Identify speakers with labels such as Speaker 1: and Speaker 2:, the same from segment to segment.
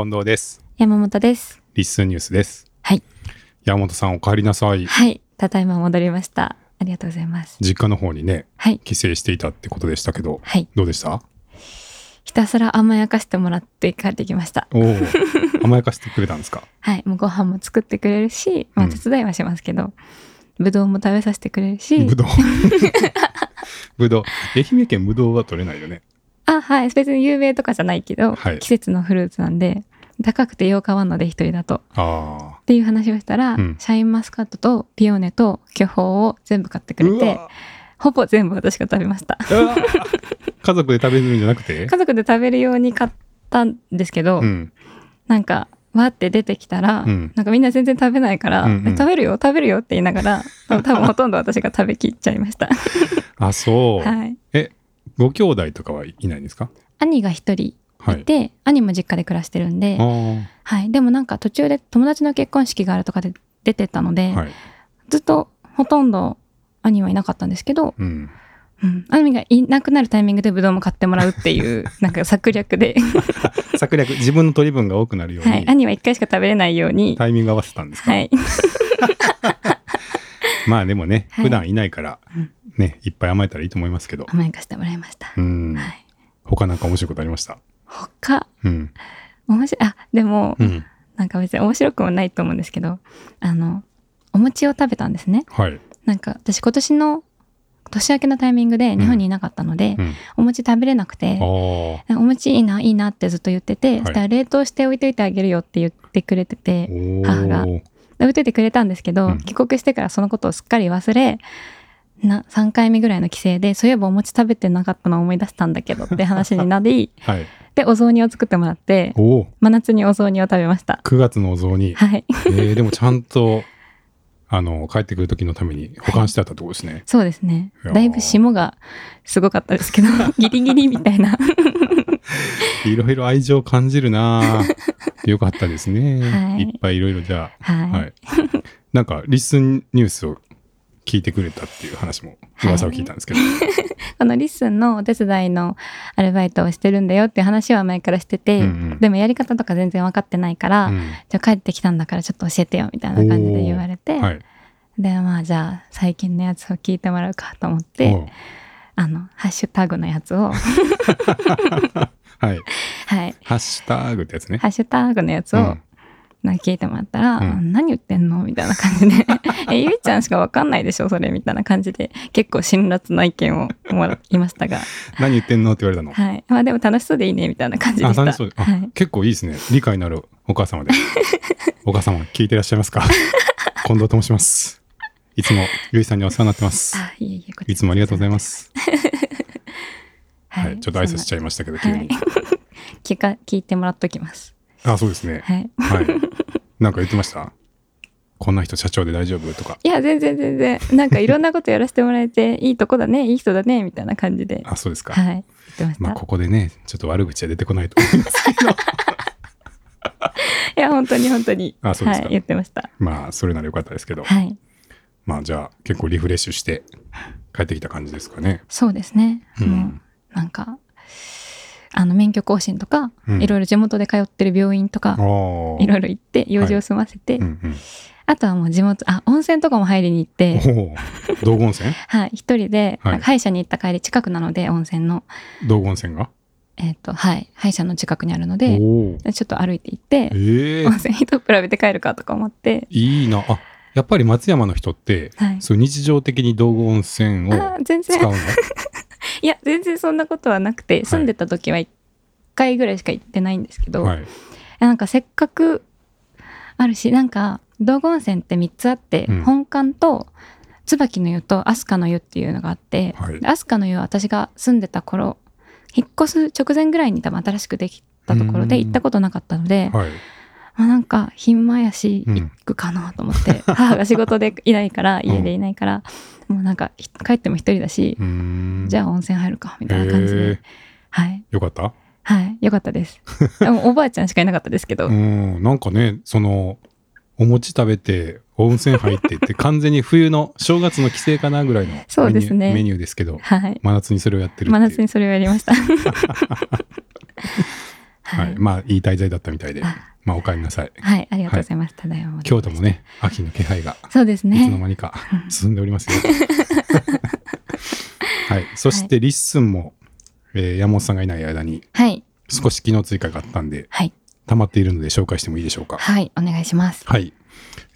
Speaker 1: 近藤です。
Speaker 2: 山本です。
Speaker 1: リッスンニュースです。
Speaker 2: はい。
Speaker 1: 山本さんお帰りなさい。
Speaker 2: はい。ただいま戻りました。ありがとうございます。
Speaker 1: 実家の方にね、
Speaker 2: はい。
Speaker 1: 帰省していたってことでしたけど、
Speaker 2: はい。
Speaker 1: どうでした
Speaker 2: ひたすら甘やかしてもらって帰ってきました。
Speaker 1: おお、 甘やかしてくれたんですか
Speaker 2: はい。もうご飯も作ってくれるし、ま
Speaker 1: う
Speaker 2: あ
Speaker 1: ん
Speaker 2: 手伝いはしますけど、ぶどうも食べさせてくれるし
Speaker 1: ぶ、 どう。ぶどう。愛媛県ぶどうは取れないよね。
Speaker 2: あ、はい。別に有名とかじゃないけど、
Speaker 1: はい
Speaker 2: 季節のフルーツなんで、高くてよう買わんので一人だと。
Speaker 1: ああ。
Speaker 2: っていう話をしたら、
Speaker 1: うん
Speaker 2: シャインマスカットとピオーネと巨峰を全部買ってくれ
Speaker 1: う
Speaker 2: て、
Speaker 1: わ
Speaker 2: ほぼ全部私が食べました。
Speaker 1: うわ家族で食べるんじゃなくて
Speaker 2: 家族で食べるように買ったんですけど、
Speaker 1: うん。
Speaker 2: なんか、わーって出てきたら、
Speaker 1: うん
Speaker 2: なんかみんな全然食べないから、
Speaker 1: うんうん
Speaker 2: え食べるよ、食べるよって言いなが ら、多分ほとんど私が食べきっちゃいました。
Speaker 1: あ、そう。
Speaker 2: はい。
Speaker 1: ご兄弟とかはいないんですか
Speaker 2: 兄が一人
Speaker 1: はいい。
Speaker 2: て、兄も実家で暮らしてるんで
Speaker 1: あ、あ。
Speaker 2: はい。でもなんか途中で友達の結婚式があるとかで出てったので、
Speaker 1: はい。
Speaker 2: ずっとほとんど兄はいなかったんですけど、
Speaker 1: うん。
Speaker 2: うん、兄がいなくなるタイミングでブドウも買ってもらうっ ていう、なんか策略で、
Speaker 1: 策略、自分の取り分が多くなるよう
Speaker 2: はい。
Speaker 1: に、
Speaker 2: 兄は一回しか食べれないように、
Speaker 1: タイミング合わせたんですか
Speaker 2: はい。
Speaker 1: まあでもね、
Speaker 2: はい
Speaker 1: 普段いないから
Speaker 2: うん、
Speaker 1: ね、いっぱい甘えたらいいと思いますけど。
Speaker 2: 甘やかしてもらいました。
Speaker 1: うん。
Speaker 2: はい。
Speaker 1: 他なんか面白いことありました。
Speaker 2: 他、
Speaker 1: うん。
Speaker 2: 面白い、あ、でも、
Speaker 1: うん。
Speaker 2: なんか別に面白くもないと思うんですけど、あの、お餅を食べたんですね。
Speaker 1: はい。
Speaker 2: なんか私今年の年明けのタイミングで日本にいなかったので、
Speaker 1: うん。
Speaker 2: お餅食べれなくて、
Speaker 1: ああ。
Speaker 2: お餅いいな、いいなってずっと言ってて、
Speaker 1: い
Speaker 2: そしたら冷凍して置いといてあげるよって言ってくれてて、
Speaker 1: お
Speaker 2: 母が
Speaker 1: お。
Speaker 2: 置いといてくれたんですけど、
Speaker 1: うん
Speaker 2: 帰国してからそのことをすっかり忘れ、な、3回目ぐらいの帰省で、そういえばお餅食べてなかったのを思い出したんだけどって話になり、
Speaker 1: はい。
Speaker 2: で、お雑煮を作ってもらって、
Speaker 1: おお。
Speaker 2: 真夏にお雑煮を食べました。
Speaker 1: 9月のお雑煮。
Speaker 2: はい。
Speaker 1: えー、でもちゃんと、あの、帰ってくる時のために保管してあったってことですね。
Speaker 2: そうですね
Speaker 1: いや。ー
Speaker 2: だいぶ霜がすごかったです けど、ギリギリみたいな。
Speaker 1: いろいろ愛情感じるな ぁよかったですね。
Speaker 2: はい
Speaker 1: いっぱいいろいろじゃあ。
Speaker 2: はい。
Speaker 1: はい。なんか、リスンニュースを聞いてくれたっていう話も、噂を聞いたんですけど。
Speaker 2: このリッスンのお手伝いのアルバイトをしてるんだよっていう話は前からしてて、
Speaker 1: うんうん
Speaker 2: でもやり方とか全然分かってないから、
Speaker 1: うん
Speaker 2: じゃあ帰ってきたんだからちょっと教えてよみたいな感じで言われて、
Speaker 1: はい。
Speaker 2: で、まあじゃあ最近のやつを聞いてもらうかと思って、
Speaker 1: おう
Speaker 2: あの、ハッシュタグのや つを、
Speaker 1: はい。
Speaker 2: はい。
Speaker 1: ハッシュタグってやつね。
Speaker 2: ハッシュタグのやつ
Speaker 1: う
Speaker 2: を
Speaker 1: ん
Speaker 2: なんか聞いてもらったら、
Speaker 1: うん
Speaker 2: 何言ってんのみたいな感じで えゆいちゃんしかわかんないでしょそれみたいな感じで結構辛辣な意見をもらいましたが
Speaker 1: 何言ってんのって言われたの。
Speaker 2: はいまあでも楽しそうでいいねみたいな感じでした
Speaker 1: あ楽しそうであ
Speaker 2: はい、
Speaker 1: 結構いいですね。理解のあるお母 様で。お母様、聞いてらっしゃいますか近藤と申します。いつもゆいさんにお世話になってます。
Speaker 2: あいえいえこちらこそ
Speaker 1: いつもありがとうございます。
Speaker 2: は
Speaker 1: はい、ちょっと挨拶しちゃ
Speaker 2: い
Speaker 1: いましたけど、
Speaker 2: そ
Speaker 1: 急
Speaker 2: んなは
Speaker 1: に
Speaker 2: い。聞か聞いてもらっときます
Speaker 1: あ、そうですね。
Speaker 2: はい
Speaker 1: はい。なんか言ってましたこんな人社長で大丈夫とか。
Speaker 2: いや全然全然なんかいろんなことやらせてもらえていいとこだねいい人だねみたいな感じで
Speaker 1: あ、そうですか。
Speaker 2: はい言ってました、
Speaker 1: まあ、ここでね、ちょっと悪口は出てこないと思いますけど。
Speaker 2: いや本当に本当に
Speaker 1: あそうですか
Speaker 2: はい言ってました
Speaker 1: まあ、それならよかったですけど。
Speaker 2: はい
Speaker 1: まあ、じゃあ、結構リフレッシュして帰ってきた感じですかね。
Speaker 2: そうですね。
Speaker 1: うん
Speaker 2: もうなんかあの免許更新とか、
Speaker 1: うん
Speaker 2: いろいろ地元で通ってる病院と
Speaker 1: あ
Speaker 2: か、
Speaker 1: あ。
Speaker 2: いろいろ行って用事を済ませて、
Speaker 1: うんうん。
Speaker 2: あとはもう地元あ温泉とかも入りに行って、
Speaker 1: おお、道後温 泉
Speaker 2: はい一人で、
Speaker 1: はい
Speaker 2: なんか歯医者に行った帰り近くなので温泉の
Speaker 1: 道後温泉が
Speaker 2: えっ、とはい歯医者の近くにあるの
Speaker 1: お
Speaker 2: で、
Speaker 1: おー。
Speaker 2: ちょっと歩いて行って、
Speaker 1: ええ
Speaker 2: 温泉と比べて帰るかとか思って、
Speaker 1: いいな。あ、やっぱり松山の人って、
Speaker 2: はい。
Speaker 1: そう日常的に道後温泉
Speaker 2: あ
Speaker 1: を
Speaker 2: ー全
Speaker 1: 使う
Speaker 2: 然
Speaker 1: の
Speaker 2: いや全然そんなことはなくて住んでた時は1回ぐらいしか行ってないんですけど、
Speaker 1: はい。
Speaker 2: なんかせっかくあるしなんか道後温泉って3つあって、
Speaker 1: うん
Speaker 2: 本館と椿の湯と飛鳥の湯っていうのがあって、
Speaker 1: はい
Speaker 2: で 飛鳥の湯は私が住んでた頃引っ越す直前ぐらいに多分新しくできたところで
Speaker 1: うん
Speaker 2: 行ったことなかったので、
Speaker 1: はい。
Speaker 2: まあ、なんかひんまやし
Speaker 1: うん
Speaker 2: 行くかなと 思って、母が仕事でいないから
Speaker 1: うん
Speaker 2: 家でいないから、もうなんかひ帰っても一人だし
Speaker 1: う、ーん。
Speaker 2: じゃ
Speaker 1: あ、
Speaker 2: あ温泉入るかみたいな感じで、
Speaker 1: ええ
Speaker 2: はい
Speaker 1: よかった
Speaker 2: はいよかったです でもおばあちゃんしかいなかったですけど、
Speaker 1: うん。なんかね、その、お餅食べて、温泉入って って、完全に冬の正月の帰省かなぐらいのメニュー
Speaker 2: そうですね
Speaker 1: メニューですけど、
Speaker 2: はい
Speaker 1: 真夏にそれをやってるっていう。
Speaker 2: 真夏にそれをやりました。
Speaker 1: はい。まあ、いい滞在だったみたいで、
Speaker 2: あ
Speaker 1: まあ、お帰りなさい。
Speaker 2: はい、ありがとうございます。ただいま戻りました
Speaker 1: 京都も。ね、秋の気配が、
Speaker 2: そうです
Speaker 1: いつの
Speaker 2: ね。
Speaker 1: 間にか進んでおりますよ。はい。そして、リッスンも、えー山本さんがいない間に、
Speaker 2: はい、
Speaker 1: 少し機能追加があったんで、
Speaker 2: はい、
Speaker 1: 溜まっているので紹介してもいいでしょうか。
Speaker 2: はい、お願いします。
Speaker 1: はい。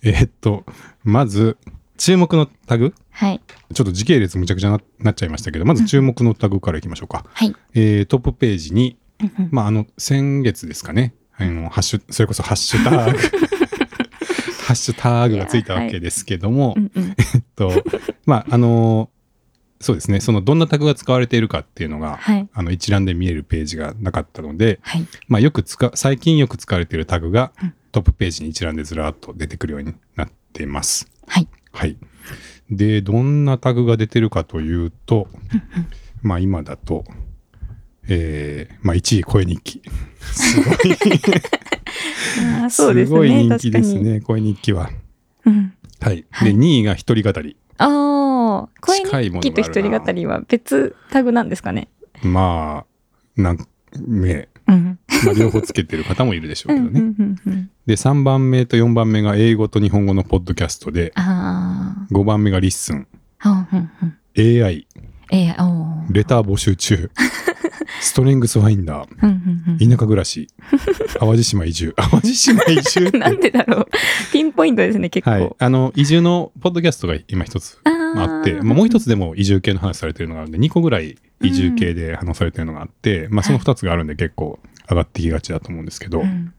Speaker 1: えーっと、まず、注目のタグ
Speaker 2: はい、
Speaker 1: ちょっと時系列むちゃくちゃななっちゃいましたけど、まず注目のタグからいきましょうか。
Speaker 2: はい。
Speaker 1: えートップページに、
Speaker 2: うんうん
Speaker 1: まあ、あの、先月ですかね、あの、ハッシュ、それこそハッシュ タグ、ハッシュタグがついたわけですけども、
Speaker 2: うんうん
Speaker 1: えっと、まあ、あの、そうですね、その、どんなタグが使われているかっていうのが、
Speaker 2: はい、
Speaker 1: あの、一覧で見えるページがなかったので、
Speaker 2: はい、
Speaker 1: まあ、よく使う、最近よく使われているタグが
Speaker 2: うん、
Speaker 1: トップページに一覧でずらっと出てくるようになっています。
Speaker 2: はい、
Speaker 1: はい。で、どんなタグが出てるかというと、まあ今だと、えー、まあ1位声日記。すご い、
Speaker 2: あーそうですす
Speaker 1: ごい
Speaker 2: ね。
Speaker 1: 人気
Speaker 2: 確か
Speaker 1: です
Speaker 2: に。
Speaker 1: ね、声日記は。
Speaker 2: うん。
Speaker 1: はい。
Speaker 2: は
Speaker 1: で、
Speaker 2: い
Speaker 1: 2位が一人語り。
Speaker 2: ああ、声
Speaker 1: 近いも
Speaker 2: 日
Speaker 1: の
Speaker 2: 記
Speaker 1: が
Speaker 2: と
Speaker 1: あるな
Speaker 2: 一人語りは別タグなんですかね。
Speaker 1: まあ、なんね、
Speaker 2: うん。
Speaker 1: まあ、両方つけてる方もいるでしょ
Speaker 2: う
Speaker 1: うんけ
Speaker 2: う
Speaker 1: ど
Speaker 2: ん
Speaker 1: ね。
Speaker 2: うんうん。
Speaker 1: で、3番目と4番目が英語と日本語のポッドキャストで、
Speaker 2: あ
Speaker 1: 5番目がリッスン、
Speaker 2: あ、あうんうん。
Speaker 1: AI、
Speaker 2: ええ、おお。
Speaker 1: レター募集 中、ストレングスファインダー、
Speaker 2: うんうん
Speaker 1: 田舎暮らし、淡路島移住。淡路島移住っ
Speaker 2: う
Speaker 1: て
Speaker 2: ん。 なんでだろう。ピンポイントですね、結
Speaker 1: はい
Speaker 2: 構。。
Speaker 1: あの、移住のポッドキャストが今一つあって、まあ、もう一つでも移住系の話されてるのがあるんで、2個ぐらい移住系で話されてるのがあって、まあ、その2つがあるんで結構上がってきがちだと思うんですけど、
Speaker 2: うん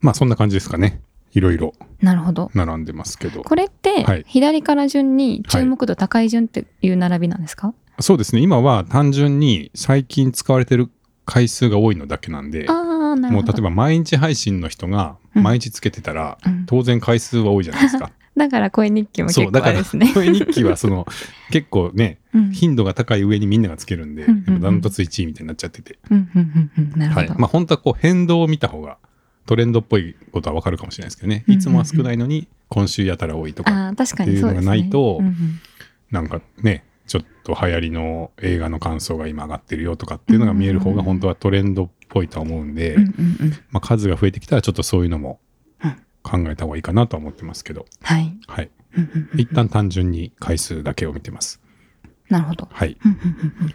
Speaker 1: まあ、そんな感じですかね。いろいろ
Speaker 2: なるほど。
Speaker 1: 並んでますけど。
Speaker 2: これって
Speaker 1: はい
Speaker 2: 左から順に注目度高い順っていう並びなんですか、
Speaker 1: そうですね。今は単純に最近使われてる回数が多いのだけなんで、
Speaker 2: ああなる
Speaker 1: も
Speaker 2: ほ
Speaker 1: う例
Speaker 2: ど
Speaker 1: えば毎日配信の人が毎日つけてたら、
Speaker 2: うん
Speaker 1: 当然回数は多いじゃないですか。
Speaker 2: だから声日記も結
Speaker 1: そう、
Speaker 2: 構
Speaker 1: だ
Speaker 2: あ
Speaker 1: か
Speaker 2: れ
Speaker 1: ら、
Speaker 2: で すね。
Speaker 1: 声日記はそ の、結構ね、
Speaker 2: うん
Speaker 1: 頻度が高い上にみんながつけるんで、
Speaker 2: うんうんうん
Speaker 1: ダントツ1位みたいになっちゃってて。
Speaker 2: うんうんうんうんなるほ
Speaker 1: はい。
Speaker 2: ど。
Speaker 1: まあ本当はこう変動を見た方が、トレンドっぽいことはわかるかもしれないですけどね。
Speaker 2: うんうん
Speaker 1: い
Speaker 2: うん
Speaker 1: つもは少ないのに、今週やたら多いとか、
Speaker 2: あー確かに
Speaker 1: っ
Speaker 2: そうですね。
Speaker 1: ていうのがないと
Speaker 2: うんうん
Speaker 1: なんかね、ちょっと流行りの映画の感想が今上がってるよとかっていうのが見える方が本当はトレンドっぽいとは思うんで、
Speaker 2: うんうんうん
Speaker 1: まあ数が増えてきたらちょっとそういうのも
Speaker 2: うん
Speaker 1: 考えた方がいいかなとは思ってますけど、
Speaker 2: はい。
Speaker 1: はい。
Speaker 2: うんうんうん
Speaker 1: 一旦単純に回数だけを見てます。
Speaker 2: なるほど。
Speaker 1: はい。
Speaker 2: うんうんうん
Speaker 1: っ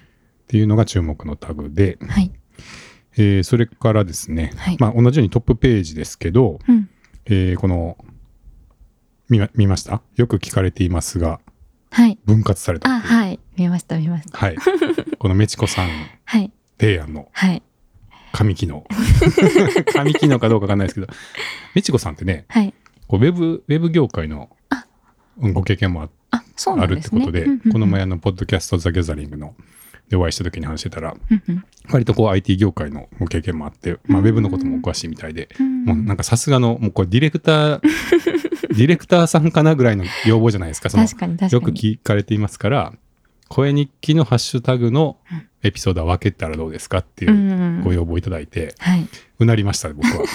Speaker 1: ていうのが注目のタグで、
Speaker 2: うんはい。
Speaker 1: えーそれからですね、
Speaker 2: はい
Speaker 1: まあ同じようにトップページですけど、
Speaker 2: うん
Speaker 1: えーこの見ま、見ましたよく聞かれていますが、
Speaker 2: はい。
Speaker 1: 分割された
Speaker 2: あ、
Speaker 1: っていう。
Speaker 2: はい。見ました、見ました。
Speaker 1: はい。このメチコさん
Speaker 2: はい。
Speaker 1: 提案の
Speaker 2: はい。
Speaker 1: 紙機 能。紙機能かどうかわかんないですけど、メチコさんってね、
Speaker 2: はい。
Speaker 1: こうウェブ、ウェブ業界の
Speaker 2: あ
Speaker 1: うんご経験もあ
Speaker 2: あ、そうな
Speaker 1: あ
Speaker 2: ん
Speaker 1: る
Speaker 2: で
Speaker 1: って
Speaker 2: す
Speaker 1: こ
Speaker 2: ね。
Speaker 1: とで、
Speaker 2: うんうんうん
Speaker 1: この前あの、ポッドキャストザ・ギャザリングのでお会いした時に話してたら、
Speaker 2: うんうん
Speaker 1: 割とこう IT 業界のご経験もあって、まあ、
Speaker 2: う
Speaker 1: ウ
Speaker 2: ん
Speaker 1: ェブのこともお詳しいみたいで、
Speaker 2: うん
Speaker 1: もうなんかさすがの、もうこれディレク ター、ディレクターさんかなぐらいの要望じゃないですか。その
Speaker 2: 確かに、確かに。
Speaker 1: よく聞かれていますから、声日記のハッシュタグのエピソードは分けたらどうですかっていううんご要望いただいて、
Speaker 2: はい。
Speaker 1: うなりました、僕 は。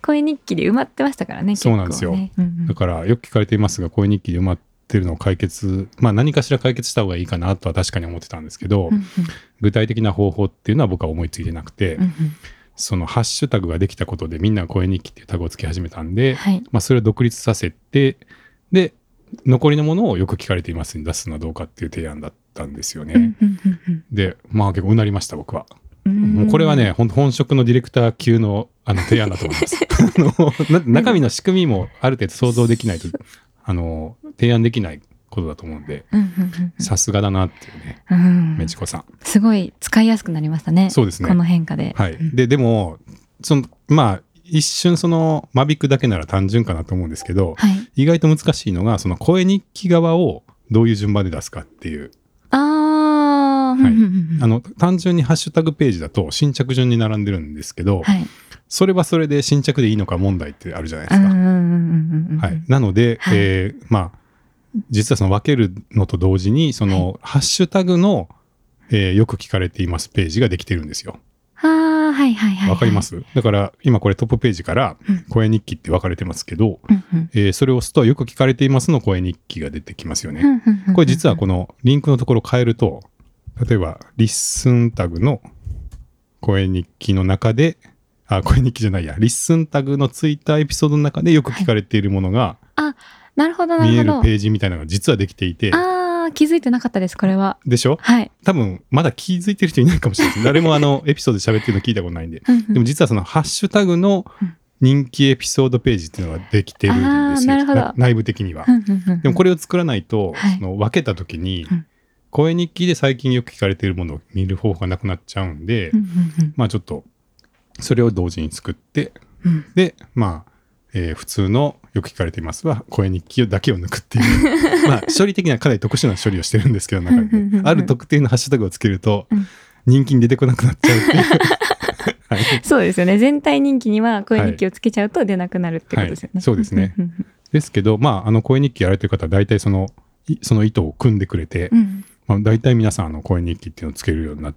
Speaker 2: 声日記で埋まってましたからね、結構
Speaker 1: そう
Speaker 2: ね
Speaker 1: なんですよ
Speaker 2: うんうん
Speaker 1: だから、よく聞かれていますが、声日記で埋まってるのを解決、まあ何かしら解決した方がいいかなとは確かに思ってたんですけど、
Speaker 2: うん
Speaker 1: 具体的な方法っていうのは僕は思いついてなくて、
Speaker 2: うんうん
Speaker 1: そのハッシュタグができたことでみんな声日記っていうタグをつけ始めたん
Speaker 2: うん
Speaker 1: で、
Speaker 2: はい。
Speaker 1: まあそれを独立させて、で、残りのものをよく聞かれていますに出すのはどうかっていう提案だったんですよね。
Speaker 2: うんうんうん
Speaker 1: で、まあ結構うなりました僕は。
Speaker 2: うん
Speaker 1: もうこれはね、ほんと本職のディレクター級のあの提案だと思い ます。あのな中身の仕組みもある程度想像できないと、あの、提案できないことだと思うんで、
Speaker 2: うんうん
Speaker 1: さすがだなっていうね、
Speaker 2: うんう
Speaker 1: メ
Speaker 2: ん
Speaker 1: チコさん。
Speaker 2: すごい使いやすくなりましたね。
Speaker 1: そうですね
Speaker 2: この変化で。
Speaker 1: はい。で、でも、その、まあ、一瞬その、間引くだけなら単純かなと思うんですけど、
Speaker 2: はい。
Speaker 1: 意外と難しいのが、その声日記側をどういう順番で出すかっていう。
Speaker 2: あー、
Speaker 1: はい
Speaker 2: うんうんうん
Speaker 1: あの、単純にハッシュタグページだと新着順に並んでるんですけど、
Speaker 2: はい。
Speaker 1: それはそれで新着でいいのか問題ってあるじゃないで
Speaker 2: う
Speaker 1: す
Speaker 2: んう
Speaker 1: か。
Speaker 2: んうんうんうん
Speaker 1: はい。なので、
Speaker 2: はい
Speaker 1: えーまあ、実はその分けるのと同時に、その、ハッシュタグの、えーよく聞かれていますページができてるんですよ。
Speaker 2: あー、はいはいはいはい。
Speaker 1: わかります、だから、今これトップページから
Speaker 2: うん、
Speaker 1: 声日記って分かれてますけど、
Speaker 2: うんうん
Speaker 1: えーそれを押すと、よく聞かれていますの声日記が出てきますよね。
Speaker 2: うんうんうん。
Speaker 1: これ実はこのリンクのところを変えると、例えば、リッスンタグの声日記の中で、あ、声日記じゃないや、リッスンタグのついたエピソードの中でよく聞かれているものが
Speaker 2: なるほど、な
Speaker 1: 見え
Speaker 2: る
Speaker 1: る
Speaker 2: ほど。
Speaker 1: ページみたいなのが実はできていて、
Speaker 2: あー、気づいてなかったです、これは。
Speaker 1: でしょ
Speaker 2: はい。
Speaker 1: 多分まだ気づいてる人いないかもしれないです。誰もあのエピソードで喋ってるの聞いたことないんで。
Speaker 2: うんうん
Speaker 1: でも実はそのハッシュタグの
Speaker 2: うん
Speaker 1: 人気エピソードページっていうのができてるんですよ。
Speaker 2: あーなるほど
Speaker 1: な内部的には
Speaker 2: う。んうんうん
Speaker 1: でもこれを作らないと、
Speaker 2: はい
Speaker 1: その分けた時に、
Speaker 2: うん
Speaker 1: 声日記で最近よく聞かれているものを見る方法がなくなっちゃうんで、
Speaker 2: うんうん
Speaker 1: まあちょっとそれを同時に作って
Speaker 2: うんうん
Speaker 1: でまあ、えー普通のよく聞かれていますは声日記だけを抜くっていう まあ処理的にはかなり特殊な処理をしてるんですけど中
Speaker 2: うんうんうんう
Speaker 1: で
Speaker 2: ん
Speaker 1: ある特定のハッシュタグをつけると、
Speaker 2: うん
Speaker 1: 人気に出てこなくなっちゃうっていう はい
Speaker 2: そうですよね。全体人気には声日記をつけちゃうと出なくなるってことですよね。
Speaker 1: はいそうですね
Speaker 2: んうん
Speaker 1: ですけどまああの声日記やられてる方は大体そのいその意図を組んでくれて、
Speaker 2: うん。うん
Speaker 1: まあ、大体皆さんあの声日記っていうのをつけるようになっ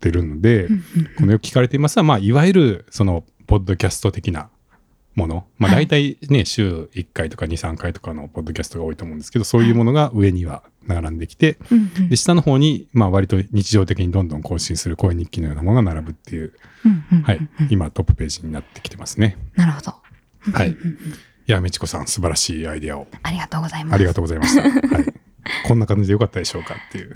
Speaker 1: てるので、
Speaker 2: うんうん
Speaker 1: このよく聞かれていますは、まあ、いわゆるそのポッドキャスト的なもの、まあ、
Speaker 2: は
Speaker 1: 大
Speaker 2: い
Speaker 1: 体ね、週1回とか23回とかのポッドキャストが多いと思うんですけどそういうものが上には並んできて
Speaker 2: うんうん
Speaker 1: で下の方に、まあ、割と日常的にどんどん更新する声日記のようなものが並ぶっていう、
Speaker 2: うんうんうん
Speaker 1: はい、今トップページになってきてますね。
Speaker 2: なるほど。
Speaker 1: はい、いやめちこさん素晴らしいアイデアを
Speaker 2: ありがとうございます。
Speaker 1: ありがとうございました。はい、こんな感じでよかったでしょうかっていう。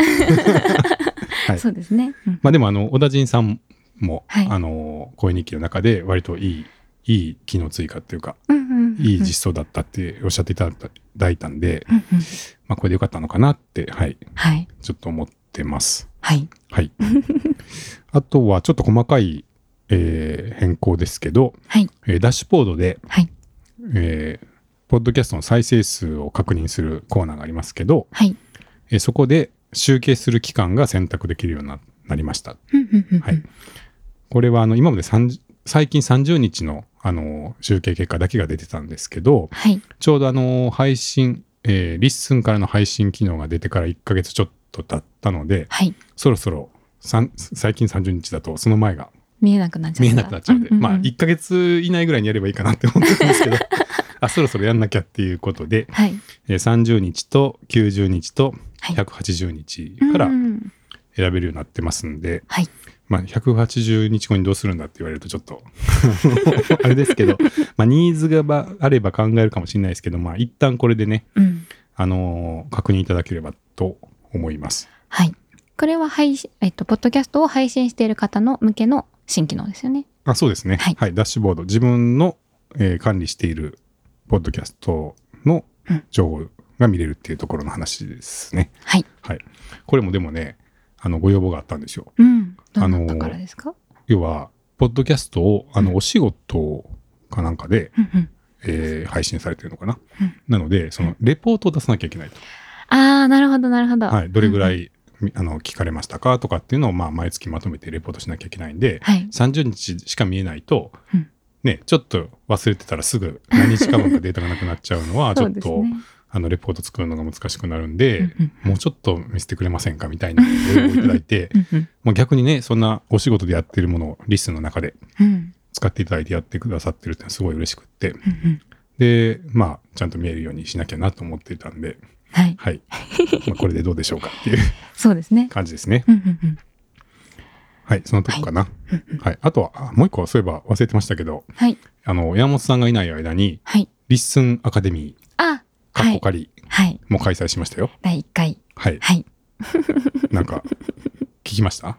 Speaker 1: はい
Speaker 2: そうですね。うん
Speaker 1: まあでもあの小田陣さんも、
Speaker 2: はい
Speaker 1: あの声日記の中で割といいいい機能追加っていうか
Speaker 2: うんうんうんうん
Speaker 1: いい実装だったっておっしゃっていただいたんで、
Speaker 2: うんうん
Speaker 1: まあこれでよかったのかなってはい
Speaker 2: はい。
Speaker 1: ちょっと思ってます。
Speaker 2: はい。
Speaker 1: はい あとはちょっと細かい、えー変更ですけど、
Speaker 2: はい。
Speaker 1: えーダッシュボードで、
Speaker 2: はい。
Speaker 1: えーポッドキャストの再生数を確認するコーナーがありますけど、
Speaker 2: はい。
Speaker 1: えーそこで集計する期間が選択できるようにななりました。
Speaker 2: うんうんうんうん
Speaker 1: はい。これはあの今まで30最近30日のあの集計結果だけが出てたんですけど
Speaker 2: はい。
Speaker 1: ちょうどあの配信、えーリッスンからの配信機能が出てから1ヶ月ちょっと経ったので
Speaker 2: はい。
Speaker 1: そろそろさん最近30日だとその前が
Speaker 2: 見えなくなっちゃう。
Speaker 1: 見えなくなっちゃうんで、
Speaker 2: んんん
Speaker 1: まあ1ヶ月以内ぐらいにやればいいかなって思ってるんです けどあそろそろやんなきゃっていうことで、
Speaker 2: はい。
Speaker 1: えー30日と90日と
Speaker 2: はい
Speaker 1: 180日から
Speaker 2: うんうん
Speaker 1: 選べるようになってますんで、
Speaker 2: はい。
Speaker 1: まあ、180日後にどうするんだって言われるとちょっと あれですけど、まあ、ニーズがばあれば考えるかもしれないですけど、まあ、一旦これでね、
Speaker 2: うん。
Speaker 1: あのー確認いただければと思います。
Speaker 2: はい。これは配信、えっと、ポッドキャストを配信している方の向けの新機能ですよね。
Speaker 1: あそうですね、
Speaker 2: はい
Speaker 1: ダッシュボード自分の、えー管理しているポッドキャストの情報が見れるっていうところの話ですね。
Speaker 2: はい。
Speaker 1: はい、これもでもねあのご要望があったんですよ。
Speaker 2: うん。ど
Speaker 1: あ
Speaker 2: ん
Speaker 1: のー
Speaker 2: なとからですか、
Speaker 1: 要はポッドキャストをあ
Speaker 2: う
Speaker 1: の
Speaker 2: ん
Speaker 1: お仕事かなんかで、
Speaker 2: うんうん
Speaker 1: えー配信されてるのかな、
Speaker 2: うん
Speaker 1: なのでそのレポートを出さなきゃいけないと、
Speaker 2: ああ、なるほど、なるほど。
Speaker 1: はい、どれぐら
Speaker 2: うんうん
Speaker 1: い、みあの聞かれましたかとかっていうのを、まあ、毎月まとめてレポートしなきゃいけないんで、
Speaker 2: はい。
Speaker 1: 30日しか見えないと、
Speaker 2: うん
Speaker 1: ね、ちょっと忘れてたらすぐ 何日か分かデータがなくなっちゃうのはち
Speaker 2: そ
Speaker 1: ょ
Speaker 2: う
Speaker 1: っ
Speaker 2: です
Speaker 1: と、
Speaker 2: ね。
Speaker 1: あのレポート作るのが難しくなるんで、
Speaker 2: うんうん
Speaker 1: もうちょっと見せてくれませんかみ たいなご要望いただいて
Speaker 2: うんうん
Speaker 1: もう逆にねそんなお仕事でやってるものをリストの中で
Speaker 2: うん
Speaker 1: 使っていただいてやってくださってるってのはすごい嬉しくって
Speaker 2: うんうん
Speaker 1: でまあちゃんと見えるようにしなきゃなと思っていたんで
Speaker 2: はい。
Speaker 1: はい。まあこれでどうでしょうかっていう
Speaker 2: そうですね。
Speaker 1: 感じですね。
Speaker 2: うんうんうん
Speaker 1: はい、そのとこかな。はい。あとは、あもう一個、そういえば忘れてましたけど、
Speaker 2: はい。
Speaker 1: あの、山本さんがいない間に、
Speaker 2: はい。
Speaker 1: リッスンアカデミー、
Speaker 2: あ、
Speaker 1: カ
Speaker 2: は
Speaker 1: ッコ
Speaker 2: い。
Speaker 1: 仮
Speaker 2: はい。
Speaker 1: も開催しましたよ。
Speaker 2: 第一回。
Speaker 1: はい。
Speaker 2: はい。
Speaker 1: なん か、聞きました